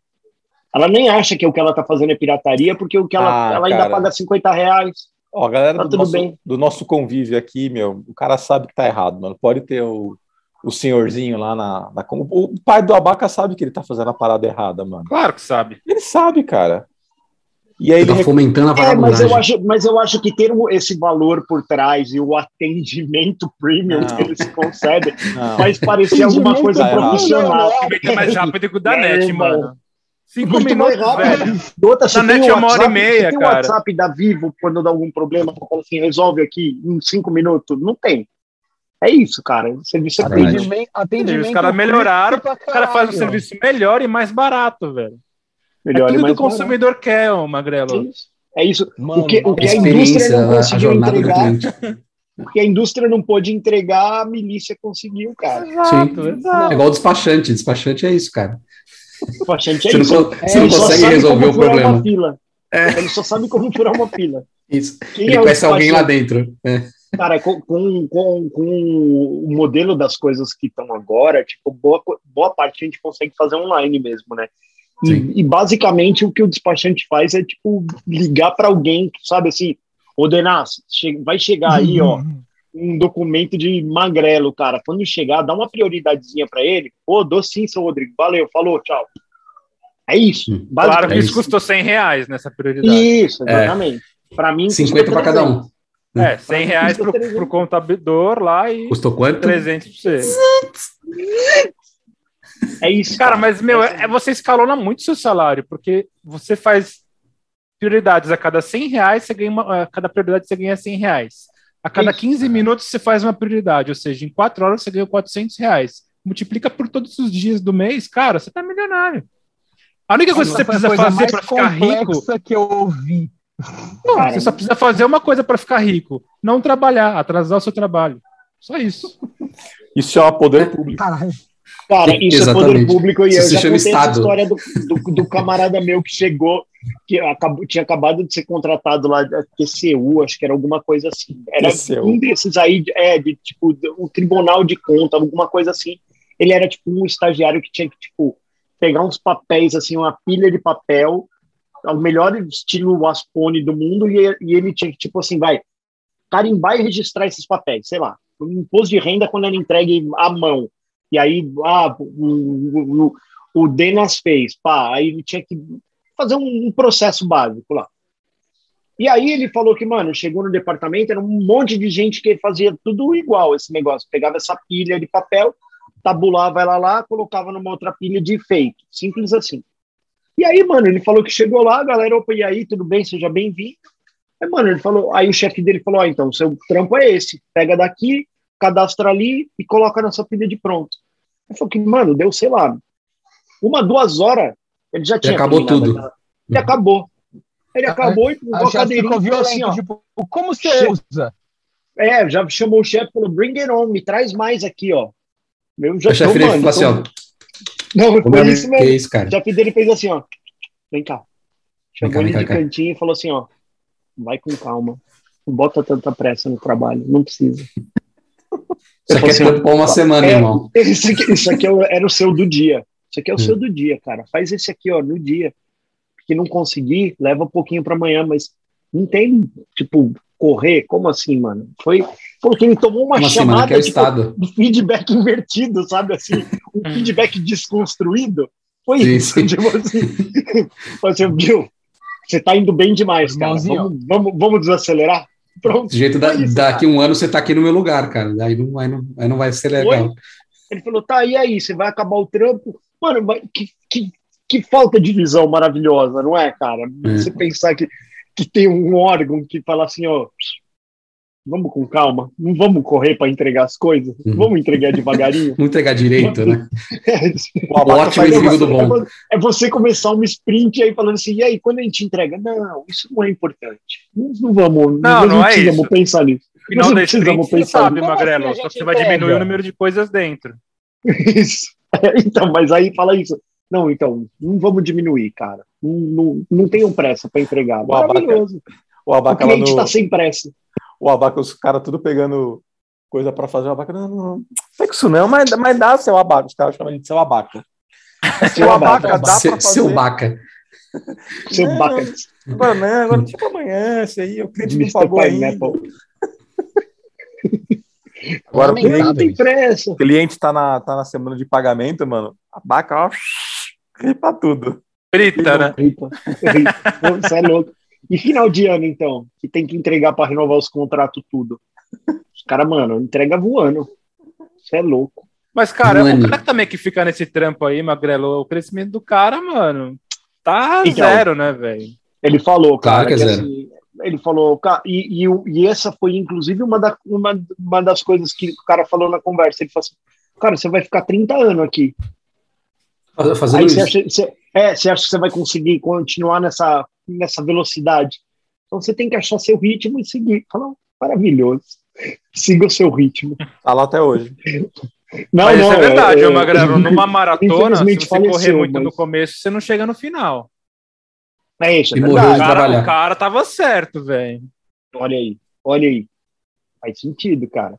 Speaker 5: Ela nem acha que o que ela tá fazendo é pirataria, porque o que ela,
Speaker 1: Ah,
Speaker 5: ela ainda
Speaker 1: cara.
Speaker 5: paga 50 reais.
Speaker 1: Ó, a galera
Speaker 5: Tá
Speaker 1: do,
Speaker 5: tudo
Speaker 1: nosso,
Speaker 5: bem.
Speaker 1: do nosso convívio aqui, meu, o cara sabe que tá errado, mano. Pode ter o, o senhorzinho lá na, na. com- O pai do Abaca sabe que ele tá fazendo a parada errada, mano.
Speaker 2: Claro que sabe.
Speaker 1: Ele sabe, cara. E aí ele.
Speaker 4: Tá
Speaker 1: rec-
Speaker 4: fomentando a
Speaker 5: É, mas eu,
Speaker 4: vagabundagem.
Speaker 5: acho, mas eu acho que ter o- esse valor por trás e o atendimento premium
Speaker 1: Não.
Speaker 5: que eles concedem
Speaker 1: Não.
Speaker 5: faz parecer alguma coisa
Speaker 1: Tá errado.
Speaker 5: profissional.
Speaker 2: Aproveita mais rápido que o da
Speaker 5: É,
Speaker 2: net,
Speaker 5: mano.
Speaker 2: mano. Cinco
Speaker 5: Muito mais
Speaker 2: minutos,
Speaker 5: rápido.
Speaker 2: velho.
Speaker 5: E outra, se
Speaker 2: Na
Speaker 5: tem
Speaker 2: net é
Speaker 5: o
Speaker 2: uma hora
Speaker 5: WhatsApp,
Speaker 2: e meia,
Speaker 5: se tem o
Speaker 2: cara.
Speaker 5: WhatsApp da Vivo quando dá algum problema, você fala assim, resolve aqui em cinco minutos. Não tem. É isso, cara. O serviço é
Speaker 4: Caralho.
Speaker 5: premium.
Speaker 3: Atendimen- atendimento
Speaker 2: Os caras melhoraram, O cara faz um serviço melhor e mais barato, velho.
Speaker 5: Melhor
Speaker 2: é
Speaker 5: e
Speaker 2: tudo que o
Speaker 5: mais
Speaker 2: consumidor quer, ô
Speaker 5: barato.
Speaker 2: Magrelo.
Speaker 5: É isso. É isso.
Speaker 3: Mano,
Speaker 5: o que, o
Speaker 4: A
Speaker 5: que a indústria
Speaker 4: experiência,
Speaker 5: não
Speaker 4: a, a
Speaker 5: conseguiu
Speaker 4: jornada do
Speaker 5: entregar,
Speaker 4: cliente.
Speaker 5: o que a indústria não pôde entregar, a milícia conseguiu, cara.
Speaker 4: Sim. É igual o despachante. Despachante é isso, cara.
Speaker 5: O achante é
Speaker 4: Você não,
Speaker 5: isso.
Speaker 4: con- você não
Speaker 5: Ele só
Speaker 4: consegue
Speaker 5: sabe
Speaker 4: resolver
Speaker 5: como
Speaker 4: o
Speaker 5: furar
Speaker 4: problema.
Speaker 5: Uma fila. Ele só sabe como furar uma fila.
Speaker 4: Isso.
Speaker 5: Quem
Speaker 4: Ele
Speaker 5: é o
Speaker 4: conhece alguém lá
Speaker 5: despachante?
Speaker 4: dentro. É.
Speaker 5: Cara, com, com, com, com o modelo das coisas que estão agora, tipo, boa, co- boa parte a gente consegue fazer online mesmo, né?
Speaker 4: Sim.
Speaker 5: E, e basicamente o que o despachante faz é, tipo, ligar para alguém, sabe assim, ô Denas, che- vai chegar aí, ó,
Speaker 4: Uhum.
Speaker 5: um documento de magrelo, cara. Quando chegar, dá uma prioridadezinha para ele. Ô, dou sim, seu Rodrigo. Valeu, falou, tchau. É isso.
Speaker 4: Hum.
Speaker 2: Claro que
Speaker 4: É
Speaker 2: isso
Speaker 4: isso.
Speaker 2: custou 100 reais nessa prioridade.
Speaker 5: Isso,
Speaker 4: É.
Speaker 5: exatamente. Pra mim,
Speaker 4: 50 para cada um.
Speaker 2: É, 100 reais
Speaker 4: *laughs*
Speaker 2: pro, pro contador lá e
Speaker 4: Custou quanto?
Speaker 2: 300 pra você.
Speaker 5: É isso.
Speaker 2: Cara, mas, meu, é, é- você escalona muito seu salário, porque você faz prioridades a cada 100 reais, você ganha uma, a cada prioridade você ganha 100 reais. A cada
Speaker 5: Isso.
Speaker 2: 15 minutos você faz uma prioridade, ou seja, em 4 horas você ganha 400 reais. Multiplica por todos os dias do mês, cara, você tá milionário. A única coisa que você precisa fazer para ficar rico,
Speaker 3: que eu ouvi.
Speaker 2: não,
Speaker 5: Cara,
Speaker 2: você só precisa fazer uma coisa para ficar rico, não trabalhar, atrasar o seu trabalho. Só isso.
Speaker 1: Isso é um poder público.
Speaker 3: Caralho.
Speaker 5: Cara, isso é poder
Speaker 4: Exatamente.
Speaker 5: público e
Speaker 4: Isso
Speaker 5: eu
Speaker 4: se
Speaker 5: já
Speaker 4: chama
Speaker 5: contei essa
Speaker 4: Estado.
Speaker 5: história do, do, do camarada meu que chegou, que acabou, tinha acabado de ser contratado lá da TCU, acho que era alguma coisa assim. Era
Speaker 1: TCU.
Speaker 5: um desses aí, é, de tipo, do- o Tribunal de Conta, alguma coisa assim. Ele era tipo um estagiário que tinha que, tipo, pegar uns papéis, assim, uma pilha de papel, ao melhor estilo Waspone do mundo, e, e ele tinha que, tipo assim, vai, carimbar e registrar esses papéis, sei lá. O imposto de renda quando era entregue à mão. E aí, ah, o, o, o- o Denas fez, pá, aí ele tinha que fazer um, um processo básico lá. E aí ele falou que, mano, chegou no departamento, era um monte de gente que fazia tudo igual esse negócio. Pegava essa pilha de papel, tabulava ela lá, colocava numa outra pilha de feito. Simples assim. E aí, mano, ele falou que chegou lá, a galera, opa, e aí, tudo bem, seja bem-vindo. Aí, mano, ele falou, aí o chefe dele falou, ó, então, seu trampo é esse, pega daqui, cadastra ali e coloca nessa pilha de pronto. Eu falei que, mano, deu, sei lá, uma, duas horas, ele já tinha.
Speaker 4: acabou
Speaker 5: terminado
Speaker 4: tudo.
Speaker 5: aquela- Ele acabou. Ele
Speaker 3: Ah,
Speaker 5: acabou e pegou
Speaker 3: A
Speaker 5: a
Speaker 3: chefe
Speaker 5: cadeirinha
Speaker 3: ficou
Speaker 5: e falou assim,
Speaker 3: violento,
Speaker 5: ó.
Speaker 3: tipo, como você
Speaker 5: Che-
Speaker 3: usa?
Speaker 5: É, já chamou o chefe e falou, bring it on, me traz mais aqui, ó. Eu já
Speaker 4: A chefe
Speaker 5: mano,
Speaker 4: falou assim, ó,
Speaker 5: Não,
Speaker 4: como
Speaker 5: foi
Speaker 4: é
Speaker 5: isso
Speaker 4: que
Speaker 5: mesmo.
Speaker 4: é isso, cara?
Speaker 5: Já fiz ele fez assim, ó. Vem cá.
Speaker 4: Vem cá,
Speaker 5: Chamou
Speaker 4: vem
Speaker 5: ele
Speaker 4: cá,
Speaker 5: de
Speaker 4: vem cá.
Speaker 5: cantinho e falou assim, ó. Vai com calma. Não bota tanta pressa no trabalho. Não precisa.
Speaker 4: Isso aqui é
Speaker 5: Assim, ó,
Speaker 4: tempo pra uma semana,
Speaker 5: é,
Speaker 4: irmão.
Speaker 5: Isso aqui, isso aqui é o- era o seu do dia. Isso aqui é o
Speaker 4: Hum.
Speaker 5: seu do dia, cara. Faz esse aqui, ó, no dia. Que não conseguir, leva um pouquinho pra amanhã, mas não tem, tipo, correr. Como assim, mano? Foi porque ele tomou uma,
Speaker 4: Uma semana
Speaker 5: chamada
Speaker 4: que é o
Speaker 5: tipo,
Speaker 4: Estado.
Speaker 5: um feedback invertido, sabe assim? Um feedback desconstruído. Foi
Speaker 4: Sim,
Speaker 5: isso.
Speaker 4: sim.
Speaker 5: Tipo assim, Falou assim, viu? Você tá indo bem demais, cara.
Speaker 3: Irmãozinho.
Speaker 5: Vamos, vamos, vamos desacelerar? Pronto.
Speaker 4: Do jeito da,
Speaker 5: Foi isso,
Speaker 4: daqui um ano você tá aqui no meu lugar, cara. Aí não vai, não, aí não vai ser legal.
Speaker 5: Ele falou, tá, e aí? Você vai acabar o trampo? Mano, mas que, que, que falta de visão maravilhosa, não é, cara? Você pensar que, que tem um órgão que fala assim, ó... Vamos com calma, não vamos correr para entregar as coisas,
Speaker 4: Uhum.
Speaker 5: vamos entregar
Speaker 4: *laughs*
Speaker 5: devagarinho.
Speaker 4: Não entregar direito, né?
Speaker 1: O
Speaker 4: O
Speaker 1: Abaca
Speaker 4: ótimo
Speaker 1: faz,
Speaker 4: inimigo do
Speaker 5: É
Speaker 4: bom.
Speaker 5: vo- É você começar um sprint aí falando assim, e aí, quando a gente entrega? Não, isso não é importante. Nós não vamos, nós
Speaker 2: não é
Speaker 5: precisamos
Speaker 2: isso.
Speaker 5: pensar nisso.
Speaker 2: Final
Speaker 5: Não
Speaker 2: da
Speaker 5: precisamos
Speaker 2: sprint, você
Speaker 5: pensar.
Speaker 2: sabe,
Speaker 5: Como
Speaker 2: Magrelo,
Speaker 5: assim
Speaker 2: só que
Speaker 5: a gente
Speaker 2: você vai
Speaker 5: entrega?
Speaker 2: diminuir o número de coisas dentro.
Speaker 5: *laughs* Isso. então, mas aí fala isso. Não, então, não vamos diminuir, cara. Não, não, não tenham pressa para entregar.
Speaker 1: O abaca-
Speaker 5: Maravilhoso.
Speaker 1: o
Speaker 5: O
Speaker 1: Abaca lá
Speaker 5: um cliente está
Speaker 1: no.
Speaker 5: sem pressa.
Speaker 1: O Abaca, os caras tudo pegando coisa pra fazer. O Abaca, não, não, não. Pega isso não, mas, mas dá seu Abaca. Os caras chamam ele de seu Abaca. *laughs* Seu Abaca, dá pra
Speaker 4: Se-
Speaker 1: fazer.
Speaker 4: Seu baca.
Speaker 5: Seu
Speaker 1: Não,
Speaker 5: baca.
Speaker 1: Agora não, agora deixa pra amanhã. Isso aí, é o cliente não
Speaker 5: Mr.
Speaker 1: pagou ainda.
Speaker 5: Pineapple.
Speaker 1: Agora o
Speaker 3: Lamentável
Speaker 5: Não tem
Speaker 3: isso.
Speaker 1: *laughs*
Speaker 5: pressa.
Speaker 1: cliente tá na, tá na semana de pagamento, mano. Abaca, ó. *laughs* Ripa tudo.
Speaker 2: Grita, né?
Speaker 5: Ripa. Ripa. Isso é louco. E final de ano, então, que tem que entregar para renovar os contratos, tudo. Os caras, mano, entrega voando. Isso é louco.
Speaker 2: Mas, cara,
Speaker 4: Mano.
Speaker 2: o cara também que fica nesse trampo aí, Magrelo, o crescimento do cara, mano, tá
Speaker 5: Então.
Speaker 2: zero, né, velho?
Speaker 5: Ele falou, cara.
Speaker 4: Claro que é zero.
Speaker 5: assim, ele falou, ca- e, e, o- e essa foi, inclusive, uma, da- uma, uma das coisas que o cara falou na conversa. Ele falou assim: cara, você vai ficar 30 anos aqui.
Speaker 4: Fazendo
Speaker 5: Aí
Speaker 4: isso.
Speaker 5: você acha, você- é, você acha que você vai conseguir continuar nessa, nessa velocidade? Então você tem que achar seu ritmo e seguir. Fala, maravilhoso. Siga o seu ritmo.
Speaker 1: Tá lá até hoje.
Speaker 5: Não,
Speaker 2: mas isso é verdade,
Speaker 5: é-
Speaker 2: ô, Magrelo. Numa maratona, se
Speaker 5: infelizmente
Speaker 2: você correr
Speaker 5: faleceu,
Speaker 2: muito no
Speaker 5: mas-
Speaker 2: começo, você não chega no final.
Speaker 5: *laughs* É isso, é
Speaker 4: E
Speaker 2: O
Speaker 4: Vai
Speaker 5: verdade.
Speaker 4: morreu.
Speaker 2: cara,
Speaker 4: trabalhar.
Speaker 2: o cara tava certo, velho.
Speaker 5: Olha aí, olha aí. Faz sentido, cara.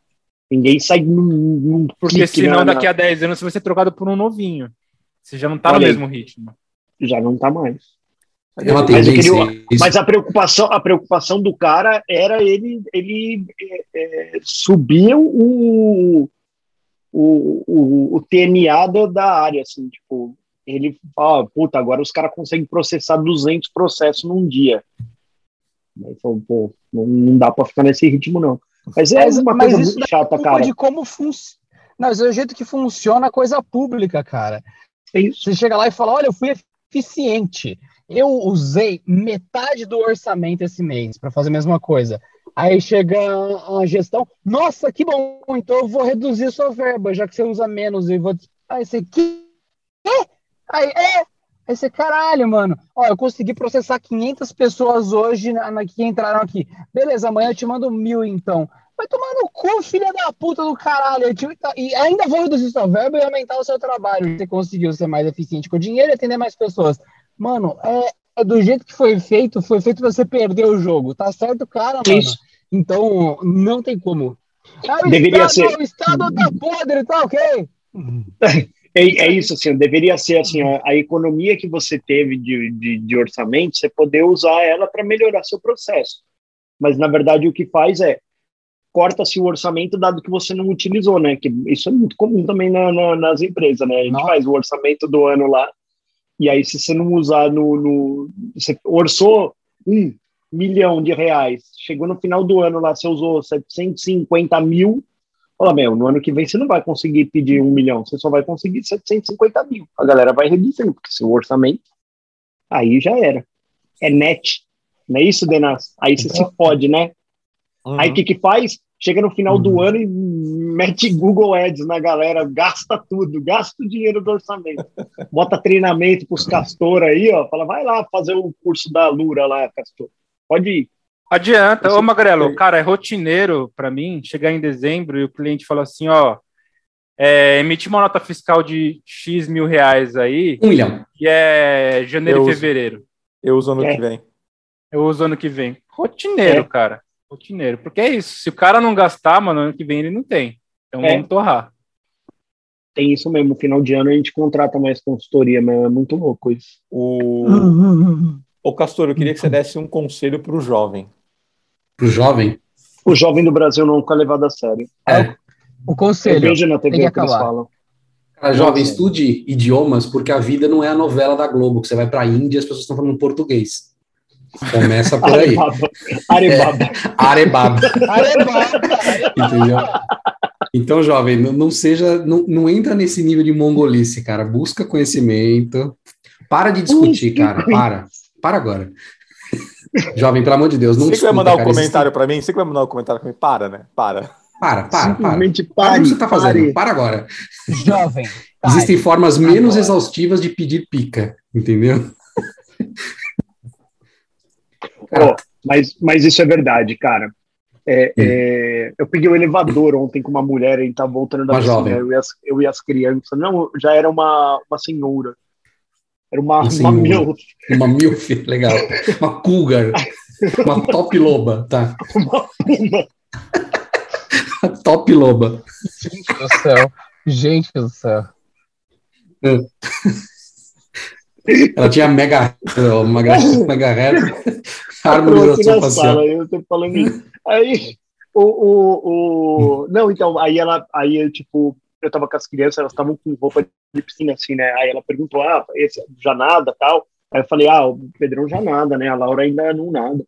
Speaker 5: Ninguém sai num, num
Speaker 2: Porque
Speaker 5: clique,
Speaker 2: senão
Speaker 5: né, na-
Speaker 2: daqui a 10 anos você vai ser trocado por um novinho. Você já não tá no
Speaker 5: Olha aí.
Speaker 2: mesmo ritmo.
Speaker 5: já não tá mais.
Speaker 4: É uma
Speaker 5: Mas eu
Speaker 4: tendência. isso.
Speaker 5: Mas a preocupação, a preocupação do cara era ele, ele é, é, subir o, o, o, o TMA da, da área, assim, tipo, ele fala, puta, agora os caras conseguem processar 200 processos num dia. Aí falou, pô, não, não dá pra ficar nesse ritmo, não. Mas é
Speaker 3: Mas-
Speaker 5: uma
Speaker 3: mas
Speaker 5: coisa
Speaker 3: isso
Speaker 5: muito chata,
Speaker 3: Culpa
Speaker 5: cara.
Speaker 3: de como funciona. Não, isso é o jeito que funciona a coisa pública, cara.
Speaker 5: É isso.
Speaker 3: Você chega lá e fala: olha, eu fui eficiente. Eu usei metade do orçamento esse mês para fazer a mesma coisa. Aí chega a a gestão, nossa, que bom, então eu vou reduzir a sua verba, já que você usa menos. E vou... Aí você, que? Quê? Aí, é? Aí você, caralho, mano, ó, eu consegui processar 500 pessoas hoje na, na- que entraram aqui. Beleza, amanhã eu te mando mil então. Vai tomar no cu, filha da puta do caralho. Eu tive- E ainda vou reduzir sua verba e aumentar o seu trabalho. Você conseguiu ser mais eficiente com o dinheiro e atender mais pessoas. Mano, é, é do jeito que foi feito, foi feito pra você perder o jogo. Tá certo, cara, mano.
Speaker 5: Isso.
Speaker 3: Então, não tem como. Ah, o
Speaker 5: Deveria
Speaker 3: estado,
Speaker 5: ser.
Speaker 3: O Estado tá podre, tá ok?
Speaker 5: É, é isso, assim, deveria ser assim, a, a economia que você teve de, de, de orçamento, você poder usar ela para melhorar seu processo. Mas, na verdade, o que faz é corta-se o orçamento dado que você não utilizou, né? Que isso é muito comum também na- na- nas empresas, né? A gente
Speaker 3: Nossa.
Speaker 5: faz o orçamento do ano lá, e aí se você não usar no... no você orçou um milhão de reais, chegou no final do ano lá, você usou 750 mil, Fala, meu, no ano que vem você não vai conseguir pedir um milhão, você só vai conseguir 750 mil. A galera vai reduzindo, porque seu orçamento aí já era. É net. Não é isso, Denas? Aí você se fode, né? Aí o que que faz? Chega no final do ano e mete Google Ads na galera, gasta tudo, gasta o dinheiro do orçamento. Bota treinamento pros castor aí, ó. Fala, vai lá fazer o curso da Lura lá, castor. Pode ir.
Speaker 2: Adianta,
Speaker 1: Isso
Speaker 2: é ô Magrelo, cara, é rotineiro pra mim chegar em dezembro e o cliente fala assim, ó, é, emitir uma nota fiscal de X mil reais aí,
Speaker 4: Um milhão.
Speaker 2: que é janeiro
Speaker 1: Eu
Speaker 2: e
Speaker 1: uso.
Speaker 2: fevereiro.
Speaker 1: Eu uso ano
Speaker 5: É.
Speaker 1: que vem.
Speaker 2: Eu uso ano que vem. Rotineiro,
Speaker 5: É.
Speaker 2: cara. Rotineiro. Porque é isso. Se o cara não gastar, mano, ano que vem ele não tem. Então
Speaker 5: É.
Speaker 2: vamos torrar.
Speaker 5: Tem isso mesmo, final de ano a gente contrata mais consultoria, mas é muito louco isso.
Speaker 1: O... Ô, Castor, eu queria que você desse um conselho pro jovem.
Speaker 4: Pro jovem.
Speaker 5: O jovem do Brasil não fica levado a sério.
Speaker 3: O
Speaker 5: Eu
Speaker 3: conselho,
Speaker 5: vejo na TV
Speaker 3: tem que
Speaker 5: o que eles
Speaker 3: acabar.
Speaker 5: falam.
Speaker 4: Cara, jovem,
Speaker 5: Nossa.
Speaker 4: estude idiomas, porque a vida não é a novela da Globo, que você vai pra Índia e as pessoas estão falando português. Começa por
Speaker 5: *laughs*
Speaker 4: aí.
Speaker 5: Arebaba.
Speaker 4: É,
Speaker 5: Arebaba.
Speaker 4: Arebaba. Entendeu? Então, jovem, não, não seja, não, não entra nesse nível de mongolice, cara. Busca conhecimento. Para de discutir, cara. Para. Para agora. Jovem, pelo amor de Deus, não
Speaker 1: Você que vai
Speaker 4: discuta,
Speaker 1: mandar um
Speaker 4: cara. Existe-
Speaker 1: comentário pra mim? Você que vai mandar um comentário pra mim? Para, né? Para.
Speaker 4: Para, para, para.
Speaker 5: Simplesmente
Speaker 4: Para o
Speaker 5: pare.
Speaker 4: que você tá fazendo.
Speaker 5: pare.
Speaker 4: Para agora.
Speaker 3: *laughs* jovem.
Speaker 4: Existem formas menos
Speaker 3: Agora.
Speaker 4: exaustivas de pedir pica, entendeu?
Speaker 5: Ó, mas, mas isso é verdade, cara. É, é, eu peguei o elevador ontem com uma mulher e tava voltando da
Speaker 4: Uma
Speaker 5: piscina,
Speaker 4: jovem.
Speaker 5: Eu, e as, eu e as crianças. Não, já era uma, uma senhora. Era uma,
Speaker 4: Uma
Speaker 5: uma
Speaker 4: senhora.
Speaker 5: meu,
Speaker 4: Uma milf, *laughs* legal. Uma cougar. Uma top loba, tá?
Speaker 5: *laughs* uma puma.
Speaker 4: Top loba.
Speaker 3: Gente do céu. Gente do céu.
Speaker 4: *laughs* Ela tinha mega, uma
Speaker 5: *laughs*
Speaker 4: gra- mega reta, harmonização
Speaker 5: Eu tô aqui na
Speaker 4: facial.
Speaker 5: sala, eu tô falando
Speaker 4: *laughs*
Speaker 5: isso. Aí, o, o, o- Não, então, aí ela, aí eu, tipo, eu tava com as crianças, elas estavam com roupa de piscina, assim, né? Aí ela perguntou, ah, esse já nada, tal. Aí eu falei, ah, o Pedrão já nada, né? A Laura ainda não nada.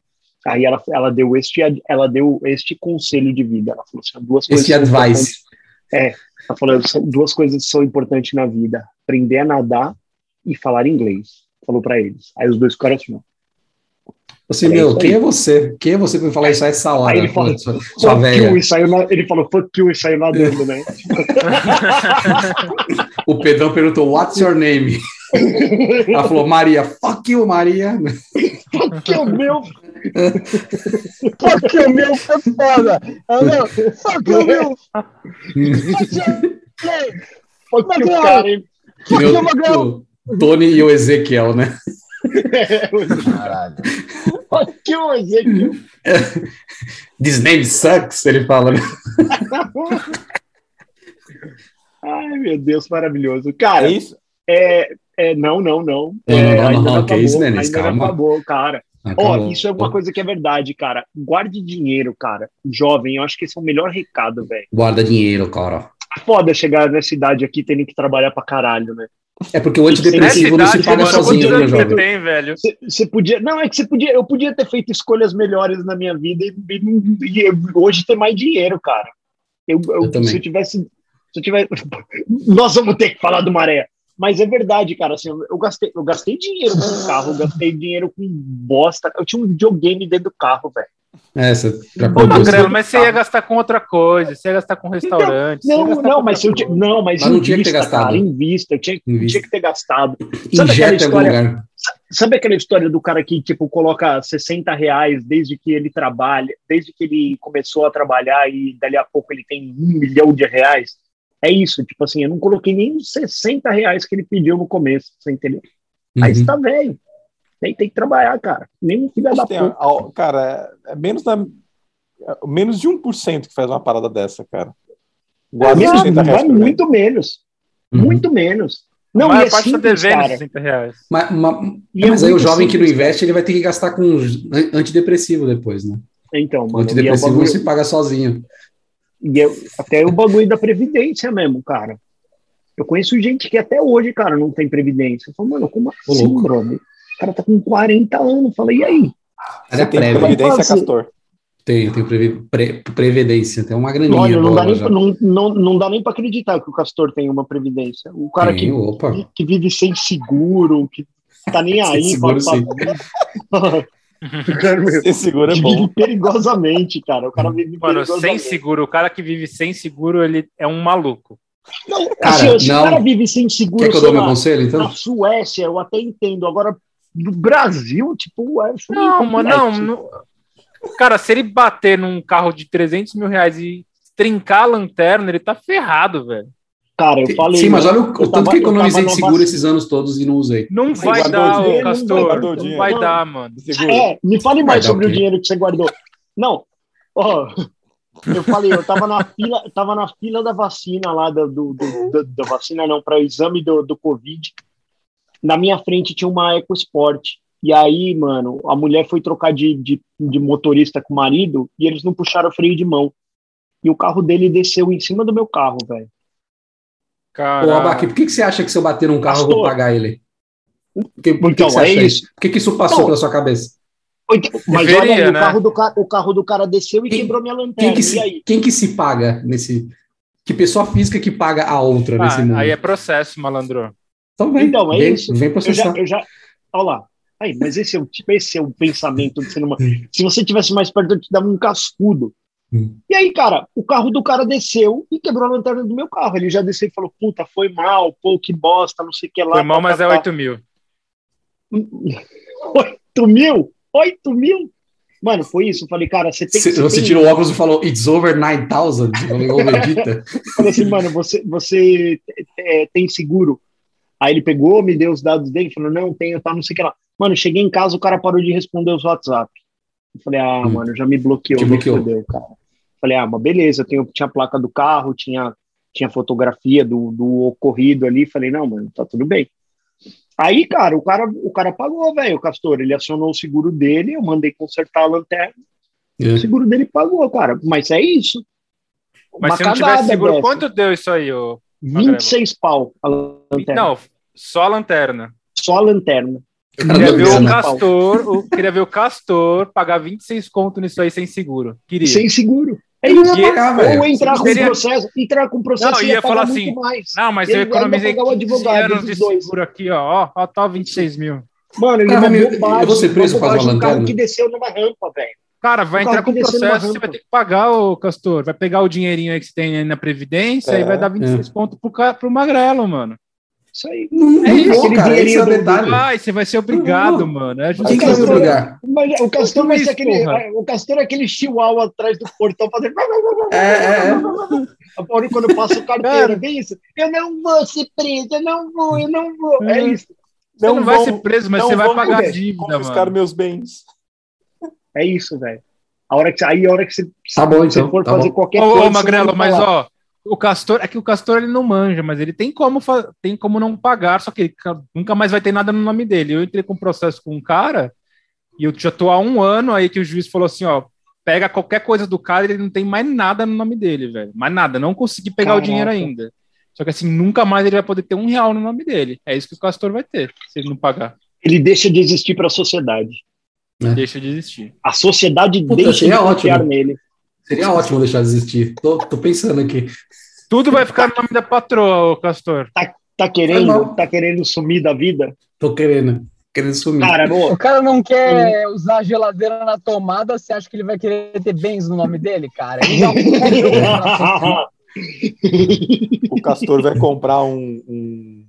Speaker 5: Aí ela, ela deu este, ela deu este conselho de vida. Ela falou assim, "Há duas coisas.
Speaker 4: Esse é
Speaker 5: que são
Speaker 4: advice.
Speaker 5: importantes." Ela falou, "São duas coisas que são importantes na vida: aprender a nadar e falar inglês. Falou pra eles. Aí os dois ficaram assim, ó.
Speaker 4: Assim,
Speaker 5: É
Speaker 4: meu,
Speaker 5: isso
Speaker 4: quem é você? Quem é você pra me falar isso a essa hora?
Speaker 5: Aí ele fala,
Speaker 4: Pô, sua, sua
Speaker 5: fuck
Speaker 4: velha.
Speaker 5: you, e saiu na- ele falou fuck you e saiu nadando,
Speaker 4: *laughs*
Speaker 5: né?
Speaker 4: O Pedrão perguntou, what's your name?
Speaker 5: *laughs*
Speaker 4: Ela falou, Maria. Fuck you, Maria.
Speaker 5: que o meu
Speaker 3: Fuck o meu foi foda. Ah, não. Fuck o meu. Fuck you.
Speaker 5: fuck
Speaker 4: é.
Speaker 5: you,
Speaker 4: *laughs*
Speaker 5: cara, hein?
Speaker 4: Que nem
Speaker 3: you, Magrão.
Speaker 4: o, o tipo, Tony e o Ezequiel, né?
Speaker 3: Caralho.
Speaker 5: fuck you, Ezequiel.
Speaker 4: This name sucks, ele fala. né?
Speaker 5: Ai, meu Deus, maravilhoso.
Speaker 1: É
Speaker 5: Cara,
Speaker 1: isso?
Speaker 5: é, é, não, não, não.
Speaker 4: Não,
Speaker 5: É,
Speaker 4: não, não,
Speaker 5: ainda
Speaker 4: não, que
Speaker 5: acabou,
Speaker 4: isso, Denis,
Speaker 5: ainda não
Speaker 4: calma.
Speaker 5: acabou, cara. Ó,
Speaker 4: Acabou.
Speaker 5: isso é uma coisa que é verdade, cara. Guarde dinheiro, cara. Jovem, eu acho que esse é o melhor recado, velho.
Speaker 4: Guarda dinheiro, cara.
Speaker 5: Foda chegar nessa idade aqui tendo que trabalhar pra caralho, né?
Speaker 4: É porque o antidepressivo não
Speaker 2: Nessa
Speaker 4: se
Speaker 2: idade,
Speaker 4: paga
Speaker 2: mano,
Speaker 4: sozinho,
Speaker 2: quantos
Speaker 4: né,
Speaker 2: anos você
Speaker 4: jovem?
Speaker 2: tem, velho?
Speaker 5: Você- Você podia. Não, é que você podia. Eu podia ter feito escolhas melhores na minha vida e, e não- e eu- hoje ter mais dinheiro, cara. Eu, eu-
Speaker 4: Eu também.
Speaker 5: se eu tivesse. Se eu tivesse. *laughs* Nós vamos ter que falar do maré. Mas é verdade, cara. Assim, eu, eu gastei, eu gastei dinheiro com carro, eu gastei dinheiro com bosta. Eu tinha um videogame dentro do carro, velho.
Speaker 4: É, você já
Speaker 2: Pô,
Speaker 4: contou isso. né?
Speaker 2: Magrelo, mas você ia gastar com outra coisa, você ia gastar com restaurante. você ia
Speaker 5: tá? Então, Não,
Speaker 2: gastar
Speaker 5: não,
Speaker 2: com
Speaker 5: mas se eu
Speaker 2: outra
Speaker 5: tinha. Não, mas,
Speaker 4: Mas
Speaker 5: em
Speaker 4: não tinha que ter
Speaker 5: vista,
Speaker 4: gastado.
Speaker 5: Cara, em vista, eu tinha,
Speaker 4: Em vista.
Speaker 5: tinha que ter gastado. Sabe aquela
Speaker 4: Injeta em algum
Speaker 5: história-
Speaker 4: lugar.
Speaker 5: Sabe aquela história do cara que, tipo, coloca 60 reais desde que ele trabalha, desde que ele começou a trabalhar e dali a pouco ele tem um milhão de reais? É isso, tipo assim, eu não coloquei nem os 60 reais que ele pediu no começo, você entendeu? Aí você
Speaker 4: Uhum.
Speaker 5: tá velho. Aí tem que trabalhar, cara. Nem um filho da
Speaker 1: Tem, a-
Speaker 5: puta.
Speaker 1: a- cara, é é menos, da, é menos de 1% que faz uma parada dessa, cara. Guarda
Speaker 5: Menos-
Speaker 1: 60
Speaker 2: é
Speaker 1: reais
Speaker 5: Mas
Speaker 1: pra mim.
Speaker 5: muito menos.
Speaker 4: Uhum.
Speaker 5: Muito menos.
Speaker 2: Não, a
Speaker 5: Não, e
Speaker 2: maior
Speaker 5: é
Speaker 2: parte tá
Speaker 5: simples,
Speaker 2: devendo
Speaker 5: cara.
Speaker 2: 60 reais.
Speaker 4: Mas, mas-
Speaker 5: E é
Speaker 4: mas aí o
Speaker 5: muito
Speaker 4: jovem que não
Speaker 5: simples,
Speaker 4: investe, ele vai ter que gastar com antidepressivo depois, né?
Speaker 5: Então,
Speaker 4: O
Speaker 5: mano, e é o
Speaker 4: antidepressivo não
Speaker 5: bagulho-
Speaker 4: se paga sozinho.
Speaker 5: E eu- até o bagulho da Previdência mesmo, cara. Eu conheço gente que até hoje, cara, não tem Previdência. Eu falo, mano, como assim,
Speaker 4: louco.
Speaker 5: brother? O cara tá com 40 anos. Fala, e aí?
Speaker 4: Área
Speaker 1: Tem
Speaker 4: prévia.
Speaker 1: previdência,
Speaker 2: assim,
Speaker 5: Fazer.
Speaker 1: Castor.
Speaker 4: Tem, tem previ- pre- previdência, tem uma graninha
Speaker 5: Olha, não
Speaker 4: boa
Speaker 5: dá, nem,
Speaker 4: já.
Speaker 5: não, não, não dá nem pra acreditar que o Castor tem uma Previdência. O cara
Speaker 4: Tem,
Speaker 5: que,
Speaker 4: opa.
Speaker 5: que vive sem seguro, que tá nem
Speaker 4: *laughs* Sem
Speaker 5: aí.
Speaker 4: seguro,
Speaker 5: fala,
Speaker 4: *laughs*
Speaker 5: fala- Cara, meu,
Speaker 1: Esse seguro é bom.
Speaker 5: vive perigosamente, cara. O cara vive
Speaker 2: Mano, sem
Speaker 5: perigosamente.
Speaker 2: seguro, o cara que vive sem seguro, ele é um maluco.
Speaker 5: Não,
Speaker 4: Cara,
Speaker 5: assim, se
Speaker 4: não.
Speaker 5: o cara vive sem seguro,
Speaker 4: Quer que eu
Speaker 5: sei
Speaker 4: dou meu
Speaker 5: lá,
Speaker 4: conselho, então?
Speaker 5: Na Suécia, eu até entendo. Agora, no Brasil, tipo, é isso
Speaker 2: Não,
Speaker 5: meio
Speaker 2: mano, não,
Speaker 5: complexo.
Speaker 2: não- Cara, se ele bater num carro de 300 mil reais e trincar a lanterna, ele tá ferrado, velho.
Speaker 5: Cara, eu falei.
Speaker 4: Sim, mas olha o, o
Speaker 5: eu
Speaker 4: tanto
Speaker 5: tava-
Speaker 4: que
Speaker 5: eu
Speaker 4: economizei
Speaker 5: tava
Speaker 4: de
Speaker 5: numa
Speaker 4: seguro
Speaker 5: vac-
Speaker 4: esses anos todos e não usei.
Speaker 2: Não vai
Speaker 1: guardou
Speaker 2: dar, ô
Speaker 5: dinheiro, não vai
Speaker 2: Castor.
Speaker 5: guardar o
Speaker 2: Não
Speaker 1: dinheiro.
Speaker 2: vai dar, mano.
Speaker 1: Seguro.
Speaker 5: É, me fale
Speaker 4: Vai
Speaker 5: mais
Speaker 4: dar
Speaker 5: sobre
Speaker 4: o
Speaker 5: o
Speaker 4: quê?
Speaker 5: dinheiro que você guardou. Não, ó,
Speaker 4: *laughs*
Speaker 5: eu falei, eu tava na fila, tava na fila da vacina lá, do, do, do- do- da vacina não, para exame do, do Covid. Na minha frente tinha uma EcoSport. E aí, mano, a mulher foi trocar de, de, de motorista com o marido e eles não puxaram o freio de mão. E o carro dele desceu em cima do meu carro, velho.
Speaker 4: Ô,
Speaker 2: Cara,
Speaker 4: Abaqui, por que, que você acha que se eu bater num carro eu vou
Speaker 5: Pastor.
Speaker 4: pagar ele? Por que, por que
Speaker 5: Então,
Speaker 4: que você
Speaker 5: é
Speaker 4: acha
Speaker 5: isso. Então,
Speaker 4: Por que, que isso passou
Speaker 5: Não.
Speaker 4: pela sua cabeça?
Speaker 5: Mas
Speaker 2: Deveria,
Speaker 5: olha
Speaker 2: né?
Speaker 5: aí, o, carro do, ca- o carro do cara desceu e
Speaker 4: Quem-
Speaker 5: quebrou minha lanterna.
Speaker 4: Quem que,
Speaker 5: É, E aí?
Speaker 4: se, quem que se paga nesse. Que pessoa física que paga a outra nesse mundo?
Speaker 2: ah, aí é processo, malandro.
Speaker 4: Então vem,
Speaker 5: Então, é
Speaker 4: vem,
Speaker 5: isso.
Speaker 4: vem
Speaker 5: Eu já,
Speaker 4: processar.
Speaker 5: eu já. Olha lá. Aí, mas esse é, o, tipo, esse é o pensamento de ser humano. Se você tivesse mais perto, eu te dava um cascudo.
Speaker 4: Hum.
Speaker 5: E aí, cara, o carro do cara desceu e quebrou a lanterna do meu carro. Ele já desceu e falou: Puta, foi mal, pô, que bosta, não sei o que lá.
Speaker 2: Foi mal,
Speaker 5: tá,
Speaker 2: mas
Speaker 5: tá,
Speaker 2: é
Speaker 5: tá."
Speaker 2: 8 mil.
Speaker 5: Oito mil? Oito mil? Mano, foi isso. Eu falei, cara, você tem
Speaker 4: Você-
Speaker 5: você
Speaker 4: você
Speaker 5: tem-
Speaker 4: tirou o óculos e falou, It's over 9000. Eu *laughs* falei, ô, *laughs* Vegeta.
Speaker 5: Eu falei assim, mano, você, você é, tem seguro? Aí ele pegou, me deu os dados dele, falou, não, tenho, tá, não sei o que lá. Mano, cheguei em casa, o cara parou de responder os WhatsApp. Eu falei, ah,
Speaker 4: Hum.
Speaker 5: mano, já me bloqueou,
Speaker 4: Te
Speaker 5: me
Speaker 4: bloqueou.
Speaker 5: fudeu, cara. Falei, ah, mas beleza, eu tenho, tinha a placa do carro, tinha, tinha fotografia do, do ocorrido ali. Falei, não, mano, tá tudo bem. Aí, cara, o cara, o cara pagou, velho, o Castor. Ele acionou o seguro dele, eu mandei consertar a lanterna,
Speaker 4: É.
Speaker 5: o seguro dele pagou, cara. Mas é isso.
Speaker 2: Mas
Speaker 5: Uma
Speaker 2: se não tivesse
Speaker 5: cagada
Speaker 2: seguro,
Speaker 5: dessa.
Speaker 2: quanto deu isso aí, ô?
Speaker 5: 26 pau a lanterna.
Speaker 2: Não, só a lanterna.
Speaker 5: Só a lanterna.
Speaker 2: Eu
Speaker 4: Cara,
Speaker 2: queria
Speaker 4: não,
Speaker 2: ver o
Speaker 4: não.
Speaker 2: Castor, o- queria ver o Castor pagar 26 conto nisso aí sem seguro. Queria.
Speaker 5: Sem seguro. É
Speaker 4: Ele não
Speaker 5: isso.
Speaker 4: ia
Speaker 2: Ah,
Speaker 4: pagar, velho.
Speaker 5: Ou entrar com
Speaker 2: Seria-
Speaker 5: processo, entrar com processo
Speaker 2: Não,
Speaker 5: e
Speaker 2: ia falar
Speaker 5: pagar
Speaker 2: assim,
Speaker 5: muito mais.
Speaker 2: Não, mas
Speaker 5: Ele
Speaker 2: eu
Speaker 5: ainda
Speaker 2: economizei
Speaker 5: pagar o
Speaker 2: 15
Speaker 5: advogado
Speaker 2: anos de
Speaker 5: dos dois.
Speaker 2: seguro aqui, ó. Ó, ó tá 26 mil.
Speaker 5: Mano, ele
Speaker 4: Cara,
Speaker 5: uma
Speaker 4: meu,
Speaker 5: bobagem,
Speaker 4: eu vou ser preso
Speaker 5: uma
Speaker 4: por causa de uma
Speaker 5: bobagem, um carro
Speaker 4: lanterna?
Speaker 5: que desceu numa rampa, velho.
Speaker 2: Cara, vai
Speaker 5: O carro
Speaker 2: entrar com
Speaker 5: que desceu numa
Speaker 2: processo, você
Speaker 5: rampa.
Speaker 2: vai ter que pagar, ô Castor. Vai pegar o dinheirinho aí que você tem aí na Previdência
Speaker 1: É,
Speaker 2: e vai dar 26 pontos pro, ca- pro Magrelo, mano.
Speaker 5: Isso aí.
Speaker 4: Não,
Speaker 2: É
Speaker 4: não
Speaker 2: isso,
Speaker 4: vou,
Speaker 5: aquele
Speaker 4: cara, esse é o
Speaker 5: dinheirinho do-
Speaker 4: detalhe.
Speaker 2: Ai, você vai ser obrigado,
Speaker 4: Não.
Speaker 2: mano. É
Speaker 4: Quem que vai me
Speaker 5: Castor-
Speaker 4: obrigar?
Speaker 5: Mas o Castor vai ser
Speaker 2: isso,
Speaker 5: aquele.
Speaker 2: porra.
Speaker 5: O Castor é aquele chihuahua atrás do portão fazendo.
Speaker 4: É, é, é.
Speaker 5: Agora, quando passa o
Speaker 2: Cara. *laughs*
Speaker 5: carteiro, vem isso. Eu não vou ser preso, eu não vou, eu não vou. É
Speaker 2: Hum.
Speaker 5: isso.
Speaker 2: *laughs* Você não, vai
Speaker 1: vão-
Speaker 2: ser preso, mas
Speaker 1: não
Speaker 2: você vai
Speaker 1: vão
Speaker 2: pagar a
Speaker 5: poder
Speaker 2: dívida,
Speaker 1: Confiscar
Speaker 2: mano.
Speaker 1: meus bens.
Speaker 5: É isso, velho. A hora que aí a hora que você,
Speaker 4: Tá bom,
Speaker 5: você
Speaker 4: então.
Speaker 5: for
Speaker 4: Tá
Speaker 5: fazer
Speaker 4: bom.
Speaker 5: qualquer coisa.
Speaker 2: Ô, ô
Speaker 5: você
Speaker 2: Magrelo,
Speaker 5: vai
Speaker 2: mas
Speaker 5: falar,
Speaker 2: ó, o Castor, é que o Castor ele não manja, mas ele tem como, fa- tem como não pagar, só que ele ca- nunca mais vai ter nada no nome dele. Eu entrei com um processo com um cara e eu já tô há um ano aí que o juiz falou assim, ó, pega qualquer coisa do cara, ele não tem mais nada no nome dele, velho. Mais nada, não consegui pegar o
Speaker 5: Caraca.
Speaker 2: dinheiro ainda. Só que assim, nunca mais ele vai poder ter um real no nome dele. É isso que o Castor vai ter, se ele não pagar.
Speaker 5: Ele deixa de existir para a sociedade.
Speaker 4: É.
Speaker 2: Deixa de existir.
Speaker 5: A sociedade
Speaker 4: Puta,
Speaker 5: deixa de
Speaker 4: seria
Speaker 5: confiar
Speaker 4: ótimo.
Speaker 5: nele.
Speaker 4: Seria ótimo deixar de existir. Tô, tô pensando aqui.
Speaker 2: Tudo vai ficar no nome da patroa, ô Castor.
Speaker 5: Tá
Speaker 4: Foi
Speaker 5: querendo,
Speaker 4: mal.
Speaker 5: tá querendo sumir
Speaker 4: *laughs*
Speaker 5: da vida?
Speaker 4: Tô querendo. Querendo sumir.
Speaker 5: Cara,
Speaker 3: O
Speaker 5: pô,
Speaker 3: cara não quer usar a geladeira na tomada, você acha que ele vai querer ter bens no nome dele, cara?
Speaker 4: *laughs*
Speaker 3: Ele dá um-
Speaker 1: O Castor vai comprar um, um-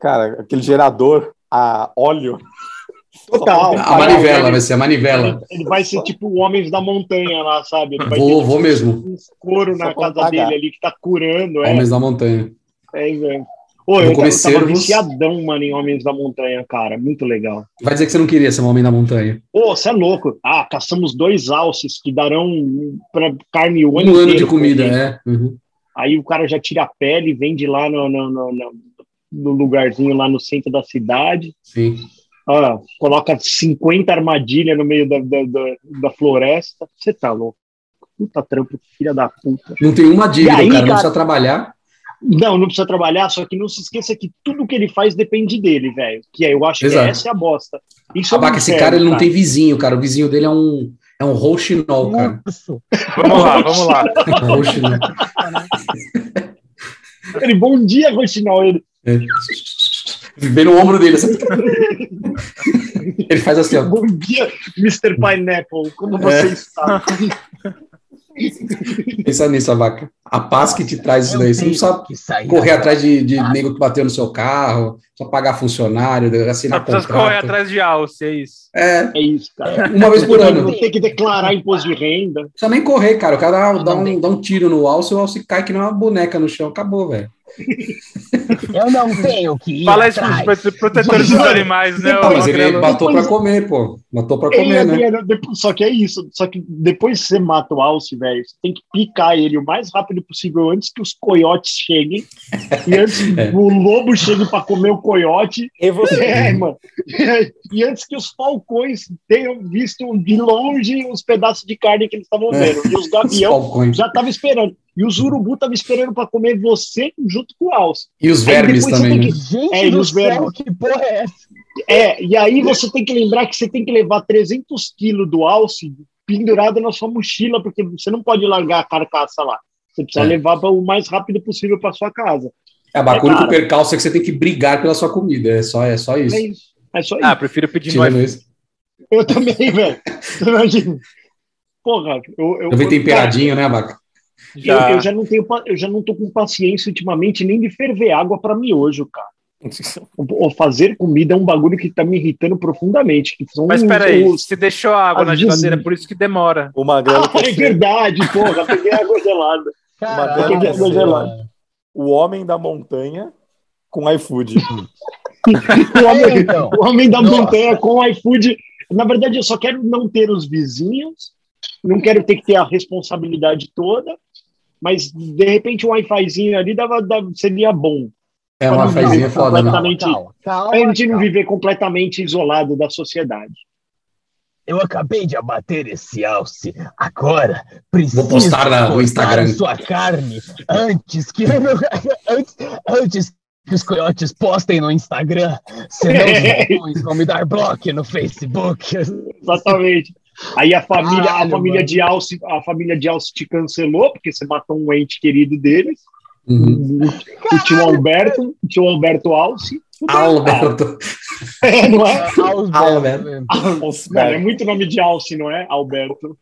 Speaker 1: Cara, aquele gerador a óleo.
Speaker 5: Total.
Speaker 4: a manivela, vai ser a manivela.
Speaker 5: ele vai ser tipo o homem da montanha lá, sabe? Ele vai ter
Speaker 4: Vou, vou mesmo.
Speaker 5: um couro
Speaker 1: Só
Speaker 5: na
Speaker 1: pra
Speaker 5: casa
Speaker 1: pagar.
Speaker 5: dele ali que tá curando. É,
Speaker 4: Homens da Montanha.
Speaker 5: é velho. Ô,
Speaker 4: Vou
Speaker 5: eu,
Speaker 4: comer
Speaker 5: tava- eu tava
Speaker 4: cervos.
Speaker 5: viciadão, mano, em Homens da Montanha, cara. Muito legal.
Speaker 4: Vai dizer que você não queria ser um homem da montanha.
Speaker 5: Ô, você é louco. Ah, caçamos dois alces que darão pra carne o
Speaker 4: Um
Speaker 5: ano
Speaker 4: ano de
Speaker 5: inteiro,
Speaker 4: comida,
Speaker 5: porque-
Speaker 4: é. Uhum.
Speaker 5: Aí o cara já tira a pele e vende lá no, no, no- no- no lugarzinho lá no centro da cidade.
Speaker 4: Sim.
Speaker 5: Ah, coloca 50 armadilhas no meio da, da, da- da floresta. Você tá louco. Puta trampo, filha da puta.
Speaker 4: Não tem uma dívida,
Speaker 5: E aí,
Speaker 4: cara. Não
Speaker 5: cara?
Speaker 4: precisa trabalhar.
Speaker 5: Não, não precisa trabalhar, só que não se esqueça que tudo que ele faz depende dele, velho. Que eu acho
Speaker 4: Exato.
Speaker 5: que essa é a bosta. Isso é um
Speaker 4: Abaca, esse
Speaker 5: inferno,
Speaker 4: cara ele não tem vizinho, cara. O vizinho dele é um é um rouxinol, cara.
Speaker 3: um urso.
Speaker 2: Vamos lá, vamos lá.
Speaker 4: É um rouxinol.
Speaker 5: Ele, bom dia, Rotinal. Ele,
Speaker 4: É. Vem no ombro dele. assim. Ele faz assim, ó. É.
Speaker 5: bom dia, Mr. Pineapple. Como você está?
Speaker 4: Pensa nisso, vaca. A paz que te traz isso daí. Você não precisa
Speaker 3: que sair.
Speaker 4: correr atrás de, de nego que bateu no seu carro, só pagar funcionário,
Speaker 2: Só
Speaker 4: assinar
Speaker 2: precisa correr
Speaker 4: contrato.
Speaker 2: atrás de alce, é isso.
Speaker 4: É,
Speaker 5: É isso, cara.
Speaker 4: uma vez
Speaker 5: *laughs*
Speaker 4: por ano.
Speaker 5: Não tem que declarar imposto de renda.
Speaker 4: Não precisa nem correr, cara. O cara dá, dá
Speaker 3: Não
Speaker 4: um,
Speaker 3: tem.
Speaker 4: dá um tiro no alce e o alce cai que não é uma boneca no chão. Acabou, velho.
Speaker 3: Eu não tenho que ir.
Speaker 2: Fala isso
Speaker 3: atrás.
Speaker 2: para os protetores dos animais, né?
Speaker 4: Ah, mas
Speaker 2: ô,
Speaker 4: ele
Speaker 2: Magrelo?
Speaker 4: matou pra comer, pô. Matou pra
Speaker 5: Ele,
Speaker 4: comer, né?
Speaker 5: Adriano, depo- só que é isso. Só que depois que você mata o alce, velho, você tem que picar ele o mais rápido possível antes que os coiotes cheguem. E antes que
Speaker 4: *laughs* É.
Speaker 5: o lobo chegue para comer o coiote.
Speaker 1: E você,
Speaker 5: É, mano. *laughs* E antes que os falcões tenham visto de longe os pedaços de carne que eles estavam vendo. E os
Speaker 4: É. Os
Speaker 5: gavião
Speaker 4: falcões.
Speaker 5: já estavam esperando. E os urubu estavam esperando para comer você junto com o alce.
Speaker 4: E os
Speaker 5: Aí
Speaker 4: vermes
Speaker 5: depois
Speaker 4: também,
Speaker 5: você
Speaker 4: né?
Speaker 5: tem
Speaker 3: Gente
Speaker 5: É, e
Speaker 3: do
Speaker 5: os
Speaker 3: céu,
Speaker 5: vermes?
Speaker 3: que porra é essa?
Speaker 5: É, e aí você tem que lembrar que você tem que levar 300 quilos do alce pendurado na sua mochila, porque você não pode largar a carcaça lá. Você precisa
Speaker 4: É.
Speaker 5: levar pra- o mais rápido possível para sua casa.
Speaker 4: É, a bacana
Speaker 5: É,
Speaker 4: que o
Speaker 5: cara.
Speaker 4: percalço é que você tem que brigar pela sua comida. É só, é só isso.
Speaker 5: É isso. É só isso.
Speaker 2: Ah, prefiro pedir no
Speaker 4: Tirando
Speaker 2: iPhone.
Speaker 4: isso.
Speaker 5: Eu também, velho. Você imagina. Porra, eu. Eu,
Speaker 4: Eu vi
Speaker 5: cara,
Speaker 4: temperadinho, né, Abaca?
Speaker 5: eu,
Speaker 2: Já.
Speaker 5: eu já não tenho, pa- eu já não tô com paciência ultimamente nem de ferver água para miojo, cara. Ou fazer comida é um bagulho que tá me irritando profundamente. Que são
Speaker 2: Mas
Speaker 5: os-
Speaker 2: peraí,
Speaker 5: os-
Speaker 2: se deixou a água
Speaker 5: Ah,
Speaker 2: na
Speaker 5: Jesus.
Speaker 2: geladeira, por isso que demora.
Speaker 1: o Magrelo
Speaker 5: Ah, é
Speaker 1: quer ser
Speaker 5: verdade, porra. Peguei água gelada.
Speaker 3: Caralho,
Speaker 5: grande
Speaker 1: congelada.
Speaker 3: mano.
Speaker 1: o homem da montanha com
Speaker 5: *laughs*
Speaker 1: iFood.
Speaker 5: O homem-
Speaker 3: É, então.
Speaker 5: O homem da
Speaker 3: Nossa.
Speaker 5: montanha com o iFood. Na verdade, eu só quero não ter os vizinhos, não quero ter que ter a responsabilidade toda, mas de repente um Wi-Fizinho ali dava, dava- seria bom.
Speaker 4: É uma
Speaker 5: Não,
Speaker 4: fezinha
Speaker 5: não,
Speaker 4: foda, não.
Speaker 5: não. completamente-
Speaker 3: Calma, calma,
Speaker 5: Pra gente não
Speaker 3: calma.
Speaker 5: viver completamente isolado da sociedade.
Speaker 3: Eu acabei de abater esse alce. Agora preciso
Speaker 4: Vou postar na- no
Speaker 3: cortar
Speaker 4: Instagram.
Speaker 3: sua carne antes que antes, antes que os coiotes postem no Instagram. Senão os balões vão me dar bloco no Facebook.
Speaker 5: Exatamente. Aí a família,
Speaker 3: Caralho,
Speaker 5: a família
Speaker 3: mano.
Speaker 5: de Alce, a família de Alce te cancelou porque você matou um ente querido deles,
Speaker 4: Uhum.
Speaker 5: o tio Alberto, o tio Alberto Alce.
Speaker 4: Alberto.
Speaker 5: É, não é?
Speaker 4: Alberto.
Speaker 5: Cara, é muito nome de Alce, não é, Alberto?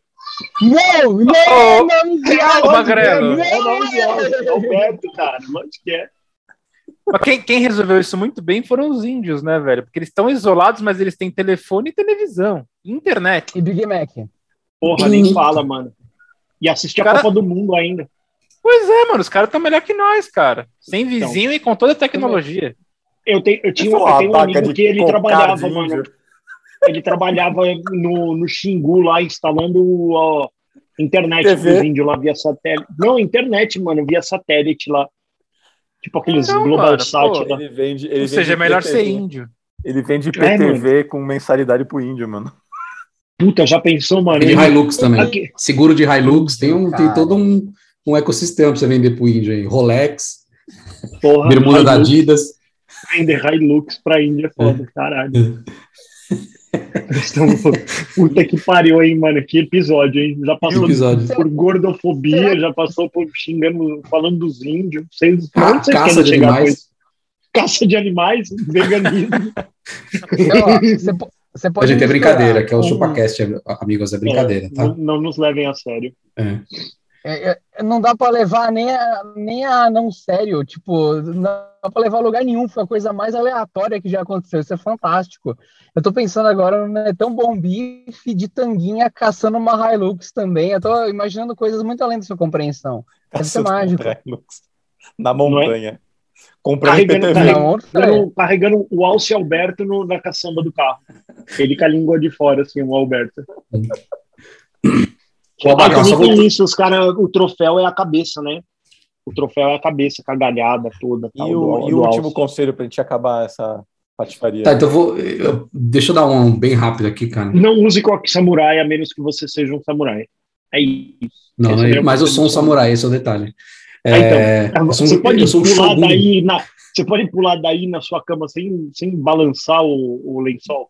Speaker 3: Não, não,
Speaker 2: Ô,
Speaker 3: não,
Speaker 2: ô, Magrelo.
Speaker 3: não,
Speaker 5: É nome de Alce,
Speaker 3: não.
Speaker 5: Alberto, cara. Lógico que é.
Speaker 2: Mas quem, quem resolveu isso muito bem foram os índios, né, velho? Porque eles estão isolados, mas eles têm telefone e televisão, internet.
Speaker 3: E Big Mac.
Speaker 5: Porra, nem fala, mano. E assistir
Speaker 2: Cara-
Speaker 5: a Copa do Mundo ainda.
Speaker 2: Pois é, mano, os caras estão melhor que nós, cara. Sem vizinho e com toda a tecnologia.
Speaker 5: Eu, tenho, eu tinha eu
Speaker 1: Porra,
Speaker 5: tenho um
Speaker 1: vaca
Speaker 5: amigo
Speaker 1: "Ah, de
Speaker 5: que ele
Speaker 1: cocada
Speaker 5: trabalhava,
Speaker 1: de
Speaker 5: mano.
Speaker 1: índio.
Speaker 5: Ele trabalhava no, no Xingu lá, instalando ó, internet
Speaker 1: TV.
Speaker 5: dos índios lá via satélite. Não, internet, mano, via satélite lá. Tipo aqueles
Speaker 2: Então,
Speaker 5: Globalsat
Speaker 2: mano, pô,
Speaker 5: lá.
Speaker 1: Ele vende, ele
Speaker 2: Ou seja, é
Speaker 1: vende
Speaker 2: melhor
Speaker 1: IPTV.
Speaker 2: ser índio.
Speaker 1: Ele vende
Speaker 5: É, mano.
Speaker 1: PTV com mensalidade pro índio, mano.
Speaker 5: Puta, já pensou, mano?
Speaker 4: E de
Speaker 5: Ele-
Speaker 4: Hilux também.
Speaker 5: aqui-
Speaker 4: Seguro de Hilux. Tem, um, tem
Speaker 3: Cara.
Speaker 4: todo um, um ecossistema pra você vender pro índio aí. Rolex,
Speaker 5: Porra,
Speaker 4: bermuda da
Speaker 5: Hilux
Speaker 4: Adidas.
Speaker 5: ainda, Hilux pra Índia, é foda, caralho.
Speaker 4: *laughs*
Speaker 5: Estamos- Puta que pariu, hein, mano? Que episódio, hein? Já
Speaker 4: Que
Speaker 5: passou
Speaker 4: episódio.
Speaker 5: por gordofobia, já passou por xingando, falando dos índios. Vocês
Speaker 4: Ah,
Speaker 5: onde vocês
Speaker 4: caça
Speaker 5: querem
Speaker 4: de
Speaker 5: chegar
Speaker 4: animais.
Speaker 5: com isso? Caça de animais, veganismo.
Speaker 3: Então, ó, você po- Você
Speaker 4: A
Speaker 3: pode
Speaker 4: gente é
Speaker 3: misturar
Speaker 4: brincadeira, que é o
Speaker 3: com-
Speaker 4: ChupaCast, amigos, é brincadeira, *laughs* tá?
Speaker 5: não, não nos levem a sério.
Speaker 3: É, é, não dá pra levar nem a, nem a não sério, tipo, não dá pra levar a lugar nenhum, foi a coisa mais aleatória que já aconteceu, isso é fantástico. Eu tô pensando agora no Netão Bom Bife de tanguinha caçando uma Hilux também, eu tô imaginando coisas muito além da sua compreensão. Deve ser
Speaker 1: Caçando
Speaker 3: mágico.
Speaker 1: Hilux. Na montanha. Comprando
Speaker 5: é? Carregando
Speaker 1: IPTV.
Speaker 5: carro.
Speaker 3: Não, outra é.
Speaker 5: Carregando, carregando o Alce Alberto no- na caçamba do carro. Ele com a língua de fora, assim,
Speaker 4: *coughs*
Speaker 5: o Alberto.
Speaker 4: Ô,
Speaker 5: Ah,
Speaker 4: Abaca,
Speaker 5: também
Speaker 4: só
Speaker 5: tem
Speaker 4: voltando-
Speaker 5: isso, os cara, o troféu é a cabeça, né? O troféu é a cabeça, cagalhada toda.
Speaker 1: E
Speaker 5: tal,
Speaker 1: o,
Speaker 5: do-
Speaker 1: e
Speaker 5: do
Speaker 1: o último
Speaker 5: Alce.
Speaker 1: conselho pra gente acabar essa
Speaker 5: É.
Speaker 1: patifaria.
Speaker 4: Tá, então eu vou. eu- deixa eu dar um bem rápido aqui, cara.
Speaker 5: Não use coque samurai, a menos que você seja um samurai. É isso.
Speaker 4: Não,
Speaker 5: Esse
Speaker 4: não é-
Speaker 5: é o
Speaker 4: mas eu
Speaker 5: meu
Speaker 4: sou um
Speaker 5: conselho.
Speaker 4: samurai, esse é o detalhe.
Speaker 5: Ah, então.
Speaker 4: É, eu sou um-
Speaker 5: Você pode
Speaker 4: eu sou um
Speaker 5: pular
Speaker 4: shogun.
Speaker 5: daí na. Você pode pular daí na sua cama sem, sem balançar o, o lençol?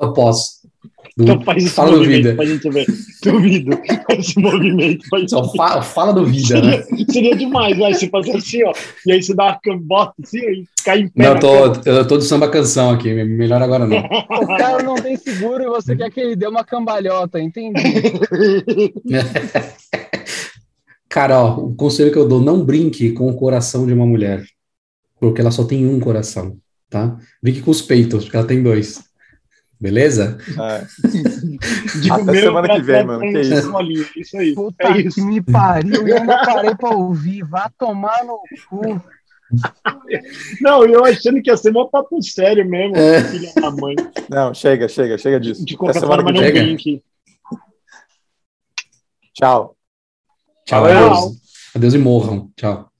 Speaker 4: Eu posso.
Speaker 5: *laughs* Então faz esse
Speaker 4: Fala
Speaker 5: movimento
Speaker 4: duvida.
Speaker 5: pra gente ver. Duvido. Esse movimento. pra
Speaker 4: *laughs*
Speaker 5: gente
Speaker 4: Só
Speaker 5: ver.
Speaker 4: fa- fala do vida,
Speaker 5: *laughs*
Speaker 4: né?
Speaker 5: seria, seria demais, vai. Você fazer assim, ó. E aí você dá uma cambota assim, e cai em pé.
Speaker 4: Não, eu
Speaker 5: na cama.
Speaker 4: tô, eu tô de samba canção aqui, melhor agora não.
Speaker 5: *laughs*
Speaker 3: O
Speaker 5: né?
Speaker 3: cara não tem seguro e você quer que ele dê uma cambalhota, entendi.
Speaker 4: Cara, ó, o conselho que eu dou, não brinque com o coração de uma mulher, porque ela só tem um coração, tá? Brinque com os peitos, porque ela tem dois. Beleza?
Speaker 1: Ah,
Speaker 5: Digo,
Speaker 1: Até
Speaker 5: meu,
Speaker 1: semana que
Speaker 5: pra-
Speaker 1: vem,
Speaker 5: pra-
Speaker 1: mano,
Speaker 5: pra-
Speaker 1: que isso.
Speaker 5: olhinho, um Isso aí.
Speaker 3: Puta
Speaker 5: É isso.
Speaker 3: que me pariu, eu não parei pra ouvir. Vá tomar no cu.
Speaker 5: Não, eu achando que ia ser um papo sério mesmo,
Speaker 4: É.
Speaker 5: filha da mãe.
Speaker 1: Não, chega, chega, chega disso.
Speaker 5: De
Speaker 1: Até
Speaker 5: qualquer
Speaker 1: semana
Speaker 5: forma,
Speaker 1: que
Speaker 5: não
Speaker 1: vem.
Speaker 4: chega.
Speaker 5: brinque.
Speaker 1: Tchau.
Speaker 4: Tchau,
Speaker 5: Valeu.
Speaker 4: adeus. Adeus e morram. Tchau.